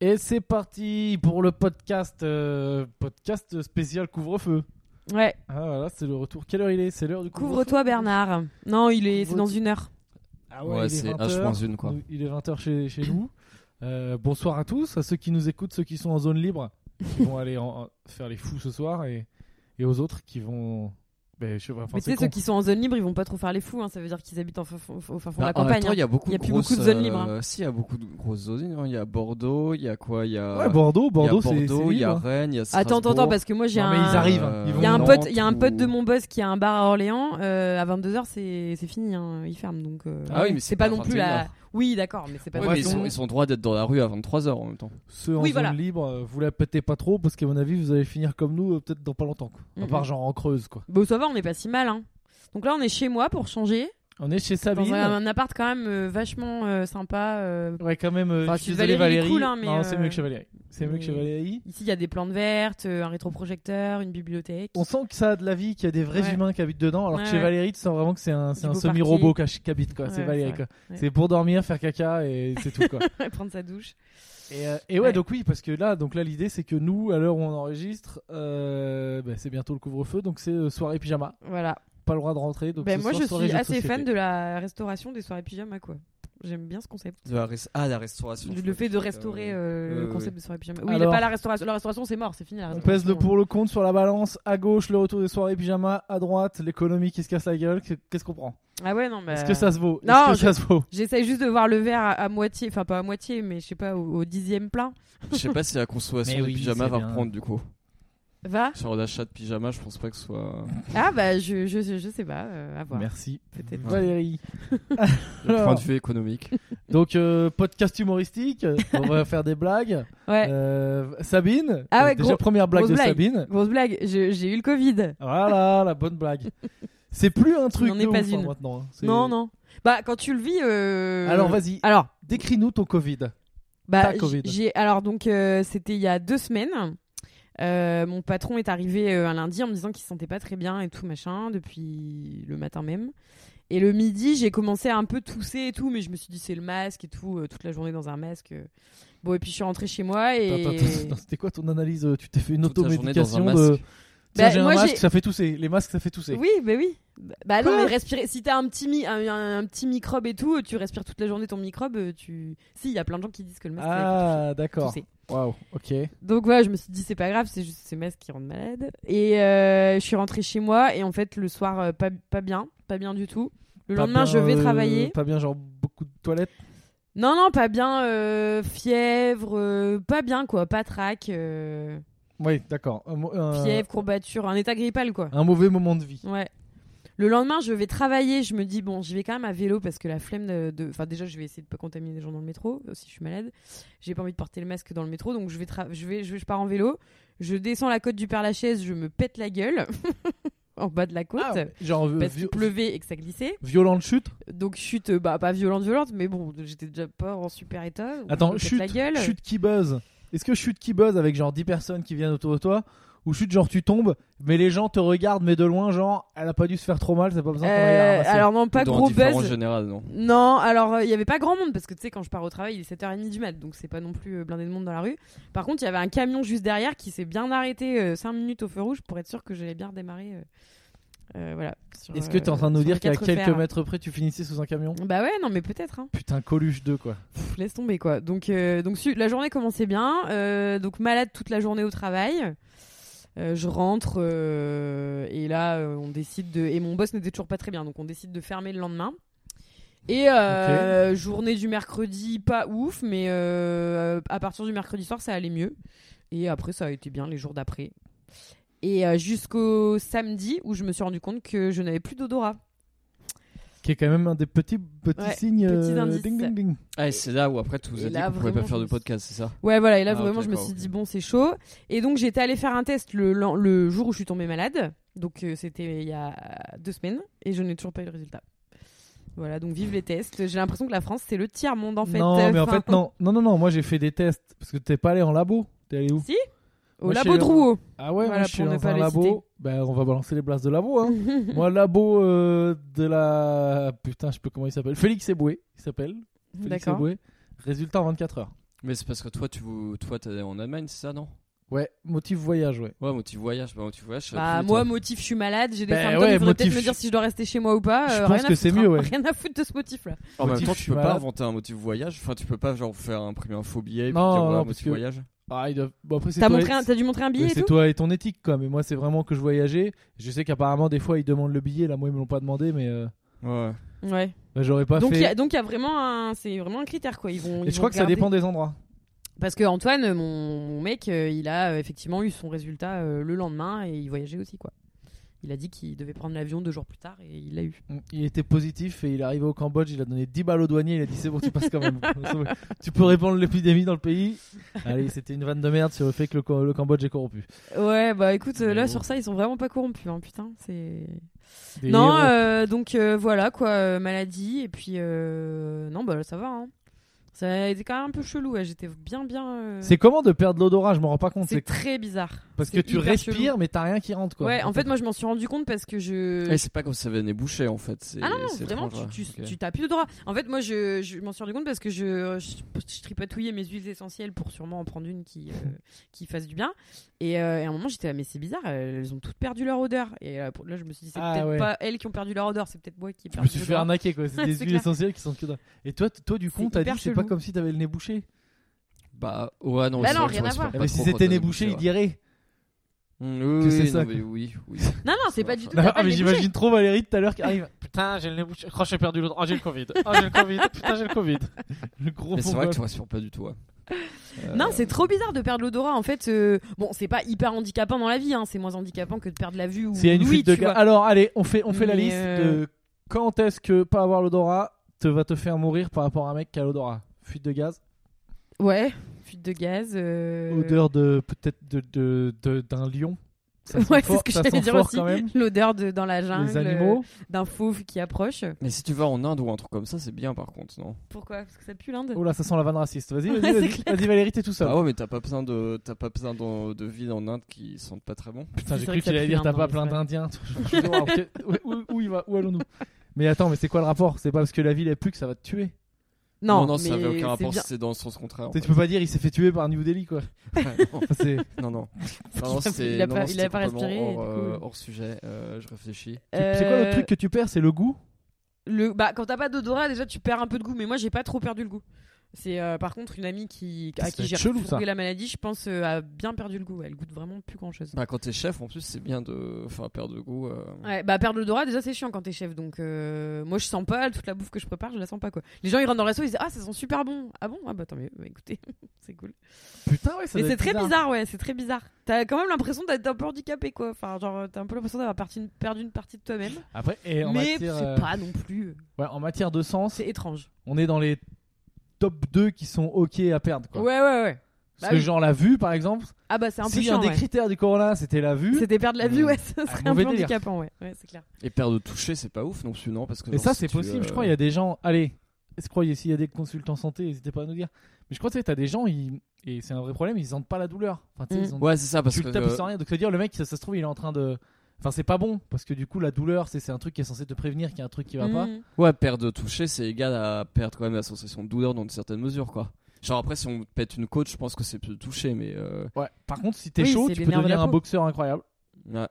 Et c'est parti pour le podcast, euh, podcast spécial couvre-feu. Ouais. Ah voilà, c'est le retour. Quelle heure il est C'est l'heure du couvre-feu Couvre-toi, Bernard. Non, il est, c'est Couvre-toi. dans une heure. Ah Ouais, ouais, il est c'est 20 heures. H-1 quoi. Nous- Il est 20h chez, chez nous. Euh, bonsoir à tous, à ceux qui nous écoutent, ceux qui sont en zone libre, qui vont aller en- en- faire les fous ce soir, et, et aux autres qui vont... Ben, je sais pas, enfin, mais tu c'est sais, ceux con. qui sont en zone libre, ils vont pas trop faire les fous. hein. Ça veut dire qu'ils habitent en fin fond- au fin fond de la Bah, en même campagne. hein. temps, il y a beaucoup Il y a de plus grosses, beaucoup de zones libres, hein. euh, si, il y a beaucoup de grosses zones libres. hein. Il y a Bordeaux, il y a quoi Il y a Ouais, Bordeaux, il y a Bordeaux, c'est- Bordeaux, c'est il y a libre. hein. Rennes, il y a Strasbourg. Attends, attends, attends, parce que moi j'ai Non, mais un. ils arrivent, hein. Ils Il y a vont un dans pote, il y a un euh, Nantes pote de ou- mon boss qui a un bar à Orléans. euh, à 22h, c'est c'est fini, hein, il ferme. Donc, euh, Ah oui, mais c'est c'est pas pas non plus 21 la. heures. Oui, d'accord, mais c'est pas. Ouais, non Ouais, mais plus- ils sont, ils sont droits d'être dans la rue à 23h en même temps. Ceux en Oui, zone voilà. libre, euh, vous la pétez pas trop, parce qu'à mon avis, vous allez finir comme nous, euh, peut-être dans pas longtemps. Quoi. À Mhm. part genre en creuse, quoi. Bon, ça va, on est pas si mal. Hein. Donc là, on est chez moi pour changer. On est chez Dans Sabine. un, un appart quand même euh, vachement euh, sympa. euh, Ouais, quand même, euh, Enfin, je suis si désolé, Valérie Valérie. est cool, hein, mais, non, c'est euh, mieux que chez Valérie. C'est mieux que chez mais- Valérie. Ici, il y a des plantes vertes, euh, un rétroprojecteur, une bibliothèque. On sent que ça a de la vie, qu'il y a des vrais Ouais. humains qui habitent dedans, alors que Ouais, chez ouais. Valérie, tu sens vraiment que c'est un, c'est Du un beau semi-robot qui qui habite, quoi. Ouais, c'est ouais, Valérie, quoi. c'est ouais. C'est pour dormir, faire caca et c'est tout, quoi. Prendre sa douche. et, euh, et ouais, Ouais. donc oui, parce que là, donc là, l'idée, c'est que nous, à l'heure où on enregistre, euh, bah, c'est bientôt le couvre-feu, donc c'est euh, soirée pyjama. Voilà. Pas le droit de rentrer. Donc Ben ce moi, soir, je soirée suis jeux de assez société. fan de la restauration des soirées pyjama, quoi. J'aime bien ce concept. De la res- Ah, la restauration. Le fait de restaurer euh, ouais, le ouais. concept de soirée pyjama. Oui, Alors- pas la restauration. La restauration, c'est mort, c'est fini. La On restauration. pèse le pour le compte sur la balance. À gauche, le retour des soirées pyjama. À droite, l'économie qui se casse la gueule. Que- Qu'est-ce qu'on prend Ah ouais, non, mais. Est-ce que ça se vaut Non, Est-ce que je- ça se vaut J'essaye juste de voir le verre à, à moitié, enfin pas à moitié, mais je sais pas, au, au dixième plein. Je sais pas si la consommation Mais de oui, pyjama c'est va bien. reprendre du coup. Va Sur l'achat de pyjama, je pense pas que ce soit Ah bah, je, je, je, je sais pas, euh, à voir. Merci. Peut-être. Valérie. le Alors. point de vue économique. Donc, euh, podcast humoristique, on va faire des blagues. Ouais, Euh, Sabine, Ah ouais, déjà gros- première blague grosse de blague. Sabine. grosse blague, je- j'ai eu le Covid. Voilà, la bonne blague. C'est plus un truc n'en de est pas ouf, hein, une. maintenant. hein. C'est- Non, non. Bah, quand tu le vis. euh, Alors vas-y, Alors, décris-nous ton Covid. Bah, Pas Covid. j- j'ai alors donc euh, c'était il y a deux semaines. Euh, mon patron est arrivé euh, un lundi en me disant qu'il se sentait pas très bien et tout machin depuis le matin même. Et le midi, j'ai commencé à un peu tousser et tout, mais je me suis dit c'est le masque et tout, euh, toute la journée dans un masque. euh. Bon et puis je suis rentrée chez moi et Attends, attends, attends, C'était quoi ton analyse euh, Tu t'es fait une Toute la journée dans un automédication masque. de. Tiens, Bah, j'ai un moi, masque, j'ai- ça fait tousser. Les masques, ça fait tousser. oui, bah oui. Bah non, Quoi mais respirer. Si t'as un petit mi- un, un- un petit microbe et tout, tu respires toute la journée ton microbe. euh, Tu. Si, il y a plein de gens qui disent que le masque. ça ah, fait d'accord. tousser. Waouh, ok. Donc voilà, je me suis dit c'est pas grave, c'est juste ces masques qui rendent malade. Et euh, je suis rentrée chez moi et en fait le soir euh, pas, pas bien, pas bien du tout. Le Pas lendemain bien, je vais euh, travailler. Pas bien, genre beaucoup de toilettes. Non non pas bien, euh, fièvre, euh, pas bien quoi, pas trac, euh, Oui, d'accord. Un mo- un- fièvre, courbature, un état grippal quoi. un mauvais moment de vie. Ouais. Le lendemain je vais travailler, je me dis bon j'y vais quand même à vélo parce que la flemme de, de- enfin déjà je vais essayer de pas contaminer les gens dans le métro euh, si je suis malade. J'ai pas envie de porter le masque dans le métro donc je vais tra- je vais je, je pars en vélo, je descends la côte du Père Lachaise, je me pète la gueule en bas de la côte. Ah, genre euh, parce qu'il vi- pleuvait et que ça glissait. violente chute. Donc chute, euh, bah pas violente, violente, mais bon, j'étais déjà pas en super état. donc je Attends, me pète chute, la gueule. chute qui buzz. Est-ce que chute qui buzz avec genre 10 personnes qui viennent autour de toi ou chute genre tu tombes mais les gens te regardent mais de loin genre elle a pas dû se faire trop mal, c'est pas besoin qu'on aille la Euh, ramasser. alors non, pas Dans gros différents buzz. générales, non. Non, alors euh, il y avait pas grand monde parce que tu sais quand je pars au travail, il est 7h30 du mat, donc c'est pas non plus euh, blindé de monde dans la rue. Par contre, il y avait un camion juste derrière qui s'est bien arrêté 5 minutes au feu rouge pour être sûr que j'allais bien redémarrer. euh, euh, voilà. sur, Est-ce que t'es en train de euh, nous sur dire qu'à quatre quelques fers. mètres près tu finissais sous un camion Bah ouais, non mais peut-être. Hein. Putain, Coluche 2 quoi. Pff, laisse tomber quoi. Donc, euh, donc su- la journée commençait bien. euh, donc malade toute la journée au travail. Euh, je rentre euh, et là euh, on décide de et mon boss n'était toujours pas très bien donc on décide de fermer le lendemain. Et euh, journée du mercredi pas ouf mais euh, à partir du mercredi soir ça allait mieux et après ça a été bien les jours d'après. Et euh, jusqu'au samedi où je me suis rendu compte que je n'avais plus d'odorat. Qui est quand même un des petits petits Ouais, signes petits euh, indices. ding ding ding. Ah, et c'est là où après tu vous Et as dit là, qu'on pouvait pas vraiment, faire je de me suis- podcast, c'est ça Ouais, voilà, et là Ah, vraiment, ok, je me d'accord, suis ok. dit, bon, c'est chaud. Et donc, j'étais allée faire un test le, lan- le jour où je suis tombée malade. Donc, euh, c'était il y a deux semaines, et je n'ai toujours pas eu le résultat. Voilà, donc vive les tests. J'ai l'impression que la France, c'est le tiers-monde, en fait. non, Euh, mais en enfin, fait non. Non non non, moi j'ai fait des tests parce que t'es pas allé en labo. T'es allé où Si, Au Moi, labo chez- Drouot. Ah ouais, Voilà, moi je suis pour ne dans pas un les citer. labo. Ben on va balancer les blases de labo hein. Moi, labo euh, de la. Putain, je sais pas comment il s'appelle. Félix Eboué, il s'appelle. Félix D'accord. Eboué. Résultat en 24 heures. Mais c'est parce que toi, tu toi, t'es en Allemagne, c'est ça, non Ouais, motif voyage, ouais. Ouais, motif voyage, bah, motif voyage. ça Bah, pue, moi, toi. motif, je suis malade, j'ai des Bah symptômes, ouais, il faudrait peut-être motif, me dire si je dois rester chez moi ou pas. je euh, pense rien que à foutre, c'est mieux, hein, ouais. Rien à foutre de ce motif-là. En même motif, temps, je tu suis peux pas malade. inventer un motif voyage. Enfin, tu peux pas genre faire imprimer un faux billet. et puis Non, dire, non, voilà, parce motif que- voyage. Ah, ils doivent- bon, après, c'est T'as toi- montré un- t'as dû montrer un Mais billet et c'est tout toi et ton éthique, quoi. Mais moi, c'est vraiment que je voyageais. Je sais qu'apparemment, des fois, ils demandent le billet. Là, moi, ils me l'ont pas demandé, mais euh, Ouais. Ouais. bah, j'aurais pas Donc, il fait. y a, donc, il y a vraiment un. C'est vraiment un critère, quoi. Ils vont. Et ils je vont crois que ça regarder. dépend des endroits. Parce que Antoine, mon, mon mec, euh, il a euh, effectivement eu son résultat euh, le lendemain et il voyageait aussi, quoi. Il a dit qu'il devait prendre l'avion deux jours plus tard et il l'a eu. Mm. Il était positif et il est arrivé au Cambodge. Il a donné 10 balles au douanier. Il a dit c'est bon, tu passes quand même. tu peux répandre l'épidémie dans le pays. Allez, c'était une vanne de merde sur le fait que le, Co- le Cambodge est corrompu. Ouais, bah écoute, euh, Mais là bon. sur ça, ils sont vraiment pas corrompus, hein, putain. C'est. Des Non, héros. euh, donc euh, voilà quoi, euh, maladie et puis euh, non, bah là, ça va. Hein. Ça a été quand même un peu chelou. ouais, J'étais bien, bien. euh, C'est comment de perdre l'odorat Je m'en rends pas compte. c'est C'est très bizarre. parce que C'est tu hyper respires, chelou. mais t'as rien qui rentre, quoi. Ouais, en fait, moi, je m'en suis rendu compte parce que je. Et Eh, c'est pas comme si ça venait boucher en fait. c'est- Ah non, non, c'est vraiment, étrange, tu, ouais. tu, Ok. tu tapes plus de droit. En fait, moi, je, je m'en suis rendu compte parce que je, je, je tripatouillais mes huiles essentielles pour sûrement en prendre une qui, euh, qui fasse du bien. Et, euh, et à un moment, j'étais, ah, mais c'est bizarre, elles ont toutes perdu leur odeur. Et euh, pour- là, je me suis dit, c'est Ah, peut-être ouais. pas elles qui ont perdu leur odeur, c'est peut-être moi qui ai Je me perdu suis fait l'odeur. arnaquer, quoi. C'est C'est des huiles clair. essentielles qui sont que dalle. Et toi, t- toi du C'est coup, t'as hyper dit c'est pas chelou. comme si t'avais le nez bouché. Bah, ouais, non, Bah c'est non, vrai rien que tu à respires voir. pas mais si trop quand c'était t'as né des bouché, bouchées, il dirait. ouais. Mm, Oui, que c'est oui, ça, non, quoi. mais oui, oui. Non, non, c'est pas du tout. Non, t'as pas le mais nez j'imagine trop Valérie tout à l'heure qui arrive. Putain, j'ai le nez bouché. Oh, j'ai perdu l'autre. Oh, j'ai le Covid. Oh, j'ai le Covid. Putain, j'ai le Covid. Le gros Mais c'est mongol. vrai que tu respires pas du tout. ouais. Euh, Non, c'est trop bizarre de perdre l'odorat. En fait, euh, bon, c'est pas hyper handicapant dans la vie, hein, c'est moins handicapant que de perdre la vue ou S'il y a une l'ouïe, fuite de tu gaz. vois. Alors, allez, on fait, on fait la Mais, liste euh, de quand est-ce que pas avoir l'odorat te va te faire mourir par rapport à un mec qui a l'odorat. Fuite de gaz, Ouais, fuite de gaz. euh, odeur de peut-être de de- de- d'un lion. Ça sent Ouais, c'est fort, ce que ça j'allais sent dire fort aussi. quand même. L'odeur de dans la jungle. Les animaux. euh, D'un fauve qui approche. Mais si tu vas en Inde ou un truc comme ça, c'est bien par contre, non Pourquoi Parce que ça pue l'Inde. Oh là, ça sent la vanne raciste. Vas-y, Ouais, vas-y, c'est vas-y, Vas-y, Valérie, t'es tout seul. Ah ouais, mais t'as pas besoin de t'as pas besoin de, de villes en Inde qui sentent pas très bon. Putain, C'est j'ai vrai cru que ça qu'il allait pue dire l'Inde t'as dans pas les plein forêts. d'indiens. Je vois, ok, où, où- où il va Où allons-nous Mais attends, mais c'est quoi le rapport C'est pas parce que la ville est plus que ça va te tuer. Non, non, ça mais avait c'est aucun rapport, bien. c'est dans le sens contraire. en Tu fait. peux pas dire il s'est fait tuer par New Delhi quoi. non, C'est- non, non. Non, non, Il a c'était- pas- non, non, il c'était a pas complètement respiré, et Hors, du coup- euh, hors sujet, euh, je réfléchis. C'est quoi le Euh, truc que tu perds C'est le goût le- bah, quand t'as pas d'odorat, déjà tu perds un peu de goût. Mais moi, j'ai pas trop perdu le goût. C'est euh, par contre une amie qui Ça à doit qui être j'ai chelou, ça. retrouvé la maladie, je pense, euh, a bien perdu le goût. Elle goûte vraiment plus grand chose. Bah, quand t'es chef, en plus, c'est bien de enfin perdre de goût. euh. Ouais, bah perdre l'odorat déjà c'est chiant quand t'es chef donc euh, moi je sens pas toute la bouffe que je prépare je la sens pas quoi. Les gens ils rentrent dans le resto ils disent ah ça sent super bon ah bon ah bah tant mieux bah, écoutez c'est cool. Putain, ouais, ça Mais doit c'est être très bizarre ouais c'est très bizarre. T'as quand même l'impression d'être un peu handicapé quoi enfin genre t'as un peu l'impression d'avoir parti- perdu une partie de toi-même Après, et en, mais matière, c'est euh, pas non plus ouais, en matière de sens, c'est étrange. on est dans les top 2 qui sont ok à perdre. Quoi. Ouais ouais ouais. Parce bah que, oui. genre, la vue par exemple, Ah bah c'est un peu si un chiant. des ouais. critères du Corona c'était la vue, C'était perdre la vue Mmh. ouais ça Ah, serait un peu mauvais délire. handicapant ouais ouais c'est clair. Et perdre de toucher, c'est pas ouf non plus, non Parce que mais genre, ça si c'est tu, possible. Je euh, crois il y a des gens. Allez, est-ce que croyez s'il y a des consultants santé, n'hésitez pas à nous dire. Mais je crois que tu sais, t'as des gens, ils- et c'est un vrai problème, ils sentent pas la douleur. Enfin, tu sais, Mm. ils ont- Ouais, c'est ça, parce tu que. le tapes, il euh, sent rien. Donc, c'est-à-dire, le mec, ça, ça se trouve, il est en train de. Enfin, c'est pas bon, parce que du coup, la douleur, c'est c'est un truc qui est censé te prévenir qu'il y a un truc qui va pas. Mmh. Ouais, perdre de toucher, c'est égal à perdre quand même la sensation de douleur dans une certaine mesure, quoi. Genre après, si on te pète une côte, je pense que c'est plus de toucher, mais. euh, Ouais. Par contre, si t'es Oui, chaud, c'est tu les peux nerfs de devenir la un peau. boxeur incroyable. ouais.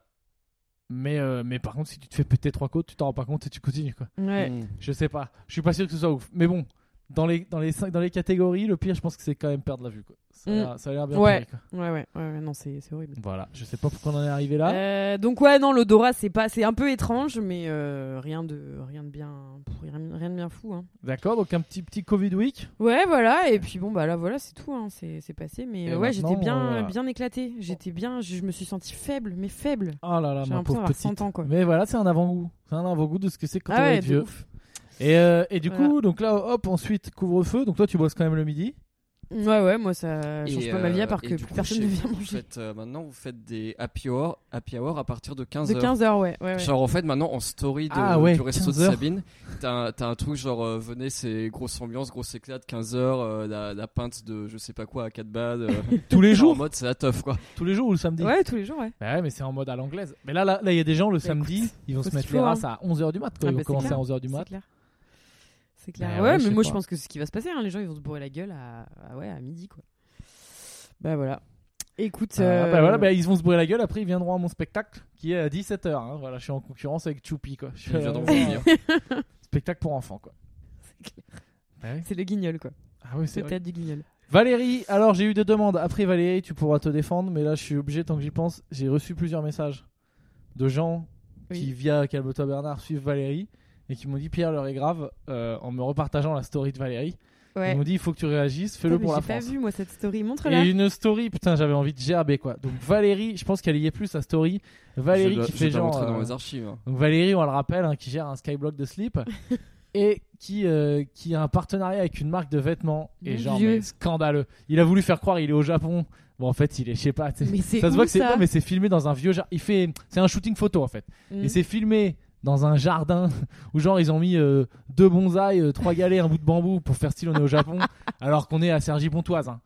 Mais, euh, mais par contre, si tu te fais péter trois côtes, tu t'en rends pas compte et tu continues, quoi. Mmh. Ouais. Mm. Je sais pas. Je suis pas sûr que ce soit ouf. Mais bon, dans les, dans les, cinq- dans les catégories, le pire, je pense que c'est quand même perdre la vue, quoi. Ça a Mm. l'air- ça a l'air bien Ouais. pourri, quoi. ouais ouais ouais ouais non c'est c'est horrible. Voilà. Je sais pas pourquoi on en est arrivé là. Euh, donc ouais non l'odorat c'est pas c'est un peu étrange mais euh, rien de rien de bien pff, rien, rien de bien fou hein. D'accord, donc un petit, petit Covid week. ouais voilà et puis bon bah là voilà c'est tout hein, c'est c'est passé mais Et euh, ouais maintenant, j'étais bien euh, bien éclatée j'étais bien je, je me suis sentie faible mais faible Oh là là, j'ai ma l'impression pauvre d'avoir petite. 100 ans quoi Mais voilà, c'est un avant-goût. C'est un avant-goût de ce que c'est quand on ah va ouais être de vieux. ouf. Et, euh, et du Voilà. coup, donc là, hop, ensuite, couvre-feu. Donc toi, tu bosses quand même le midi. ouais ouais moi ça change Et, pas ma vie à euh, part et que du plus coup, personne chez ne vous, vient vous manger faites, euh, maintenant, vous faites des happy hour, happy hour à partir de 15h. de 15 heures ouais ouais, ouais. Genre en fait maintenant en story de, Ah ouais, du resto de 15 heures. Sabine, t'as un- t'as un truc genre euh, venez c'est grosse ambiance, grosse éclat de 15h, euh, la, la pinte de je sais pas quoi à 4 balles. euh, Tous les genre, jours En mode c'est la teuf quoi. Tous les jours ou le samedi ouais tous les jours ouais Bah ouais, mais c'est en mode à l'anglaise. Mais là, là, là, il y a des gens le Bah écoute, samedi, ils vont faut se ce mettre qu'il les faut, races à 11h du mat. Quoi. ils Ah bah vont c'est commencer clair. à 11h du c'est mat. clair c'est clair. Bah ouais, ouais, je mais sais moi pas. je pense que c'est ce qui va se passer. hein. Les gens ils vont se bourrer la gueule à, à- ouais, à midi quoi. Bah voilà. Écoute. Ah, euh, bah voilà, bah, ils vont se bourrer la gueule. Après, ils viendront à mon spectacle qui est à 17h. Voilà, je suis en concurrence avec Choupi. Quoi. Je suis Ils à- viendront voilà. vous Spectacle pour enfants. Quoi. c'est clair. Ah oui, C'est le guignol quoi. Ah oui, C'est c'est le vrai. théâtre du guignol. Valérie, alors j'ai eu des demandes. Après, Valérie, tu pourras te défendre. Mais là, je suis obligé, tant que j'y pense, j'ai reçu plusieurs messages de gens Oui. qui, via Calme-toi Bernard, suivent Valérie et qui m'ont dit Pierre, l'heure est grave euh, en me repartageant la story de Valérie. Ouais. Ils m'ont dit il faut que tu réagisses, fais-le pour Putain, mais la J'ai pas France. vu moi cette story. Montre la. Et une story, putain, j'avais envie de gerber quoi. Donc Valérie, je pense qu'elle y est plus sa story. Valérie qui fait genre. rentrer dans euh, les archives. hein. donc Valérie, on le rappelle, hein, qui gère un skyblock de slip et qui, euh, qui a un partenariat avec une marque de vêtements. Et Mon genre, Dieu. mais scandaleux. Il a voulu faire croire il est au Japon. Bon, en fait, il est, je sais pas. tu sais. Mais c'est Ça se où, voit que c'est ça non, mais c'est filmé dans un vieux. jar- Il fait, c'est un shooting photo en fait. Mhm. Et c'est filmé dans un jardin où genre ils ont mis euh, deux bonsaïs, euh, trois galets, un bout de bambou pour faire style on est au Japon, alors qu'on est à Sergi Pontoise. hein.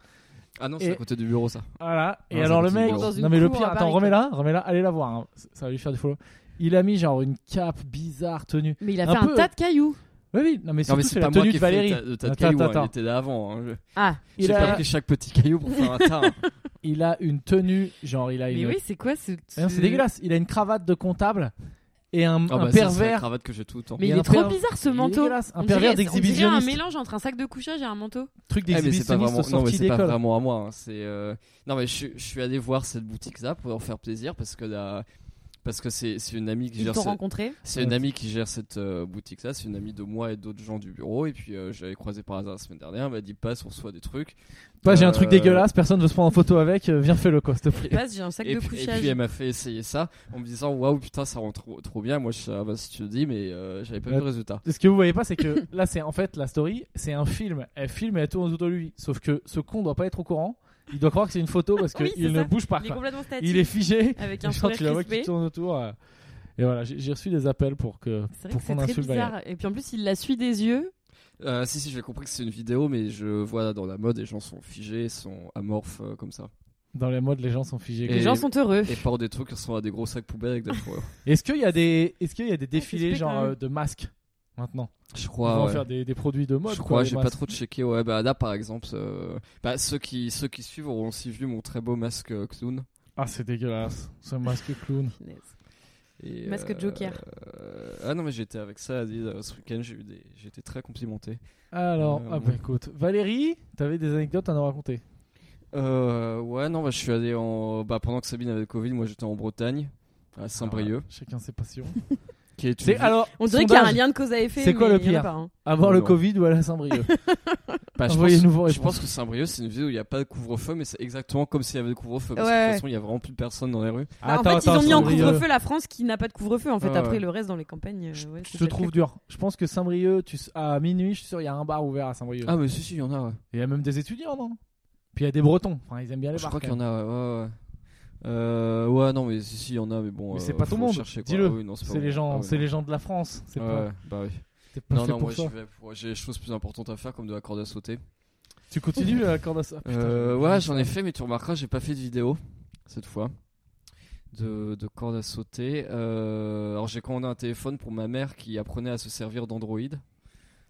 Ah non, c'est Et- à côté du bureau ça. Voilà. Et Non, alors le c'est un petit mec, bureau. Dans une non mais le cour pire, à attends, Paris, remets-la, remets-la, allez la voir, hein. ça va lui faire du follow. Il a mis genre une cape bizarre, tenue. Mais il a un fait un peu- tas de cailloux. Oui, oui, non mais Non, surtout mais c'est c'est la pas moi tenue qui de ai fait Valérie. le ta- le tas de Attends, cailloux, hein, attends, il était là avant. hein, je- Ah. Il J'ai pas a, pris chaque petit caillou pour faire un tas. hein. il a une tenue, genre il a Mais une. oui, c'est quoi ce. Ah non, c'est ce- dégueulasse. Il a une cravate de comptable et un, Ah un bah ça, c'est la pervers. cravate que j'ai hein. tout le temps. Mais Il y il a un est trop pervers- bizarre ce il est manteau. dégueulasse. Un On pervers dirait- on dirait un d'exhibitionniste. mélange entre un sac de couchage et un manteau. Truc Eh, mais c'est pas d'exhibitionniste vraiment. Non, mais sorti c'est pas d'école. vraiment à moi. hein, C'est euh, non, mais je, suis- je suis allé voir cette boutique là pour leur faire plaisir parce que la- parce que c'est c'est une amie qui Ils gère. t'ont ce- rencontré. C'est une amie qui gère cette boutique là. C'est une amie de moi et d'autres gens du bureau. Et puis euh, je l'avais croisée par hasard la semaine dernière. Elle m'a dit passe, on reçoit des trucs. Bah, j'ai un truc Euh, dégueulasse, personne veut se prendre en photo avec, euh, viens fais-le quoi, s'il te plaît. Passe, j'ai un sac Et de puis, et couchage. puis elle m'a fait essayer ça en me disant waouh putain ça rend trop, trop bien. Moi je sais pas si tu le dis mais euh, j'avais pas vu Ouais. le résultat. Ce que vous voyez pas, c'est que là, c'est en fait la story, c'est un film. Elle filme et elle tourne autour de lui. Sauf que ce con doit pas être au courant. Il doit croire que c'est une photo parce qu'il Oui, c'est ne ça. bouge pas. Il est quoi. complètement statique. Il est figé. avec un Genre, sourire tu la vois qui crispé. tourne autour. euh, Et voilà, j'ai j'ai reçu des appels pour que C'est vrai pour que c'est qu'on très insulte Valérie. bizarre. Et puis en plus, il la suit des yeux. Euh, si si j'ai compris que c'est une vidéo mais je vois dans la mode les gens sont figés, sont amorphes euh, comme ça. Dans les modes, les gens sont figés. Et- Les quoi. gens sont heureux. Et portent des trucs qui ressemblent à des gros sacs poubelles avec des fourrures. Est-ce qu'il y a des est-ce qu'il y a des défilés suspect, genre quand même. euh, de masques maintenant Je Ils crois. vont ouais. faire des, des produits de mode. je quoi, crois, les j'ai pas masques. trop checké. Ouais, bah là par exemple, euh, bah, ceux qui ceux qui suivent auront aussi vu mon très beau masque euh, clown. Ah, c'est dégueulasse. Ce masque clown. Punaise. Et, Masque Joker. euh, ah non mais j'étais avec ça à Lille, euh, ce week-end, j'ai eu des, j'ai été très complimenté. Alors, Euh, ah bah écoute, Valérie, t'avais des anecdotes à nous raconter. Euh, ouais non, bah, je suis allé en, bah pendant que Sabine avait le Covid, moi j'étais en Bretagne, à Saint-Brieuc, Ah, chacun ses passions. qui est une C'est ville- alors. On dirait qu'il y a un sondage. lien de cause à effet. C'est quoi le mais il y en pire a pas, hein. Avoir le Non. Covid ou aller à Saint-Brieuc. Bah, je, Envoyez-nous vos pense, je réponses. pense que Saint-Brieuc c'est une ville où il n'y a pas de couvre-feu, mais c'est exactement comme s'il y avait le couvre-feu. Parce que de Ouais. toute façon, il y a vraiment plus personne dans les rues. Bah, en fait, ils ont mis en Saint-Brieuc. couvre-feu la France qui n'a pas de couvre-feu. En fait, Ouais, après ouais. le reste dans les campagnes. euh, Je ouais, je c'est te déjà trouve le dur. Je pense que Saint-Brieuc, tu... s- à minuit, je suis sûr, il y a un bar ouvert à Saint-Brieuc. Ah mais si si, il y en a. Ouais. Il y a même des étudiants, non Puis il y a des Bretons. Enfin, ils aiment bien les Je bars. crois qu'il y quand en a, ouais, ouais, ouais. Euh, ouais, non, mais si, si, il y en a, mais bon. Mais euh, c'est pas tout faut le monde, chercher, quoi. dis-le. Ah oui, non, même. pas C'est bon. les gens, Ah oui, c'est non. les gens de la France. C'est Ouais, pas. ouais, bah oui. t'es pas Non, fait non, pour moi ça. j'y vais pour- j'ai des choses plus importantes à faire comme de la corde à sauter. Tu continues la corde à ça. Ah, putain, Euh, j'ai- ouais, j'en ai fait, mais tu remarqueras, j'ai pas fait de vidéo cette fois de, de corde à sauter. Euh, alors j'ai commandé un téléphone pour ma mère qui apprenait à se servir d'Android.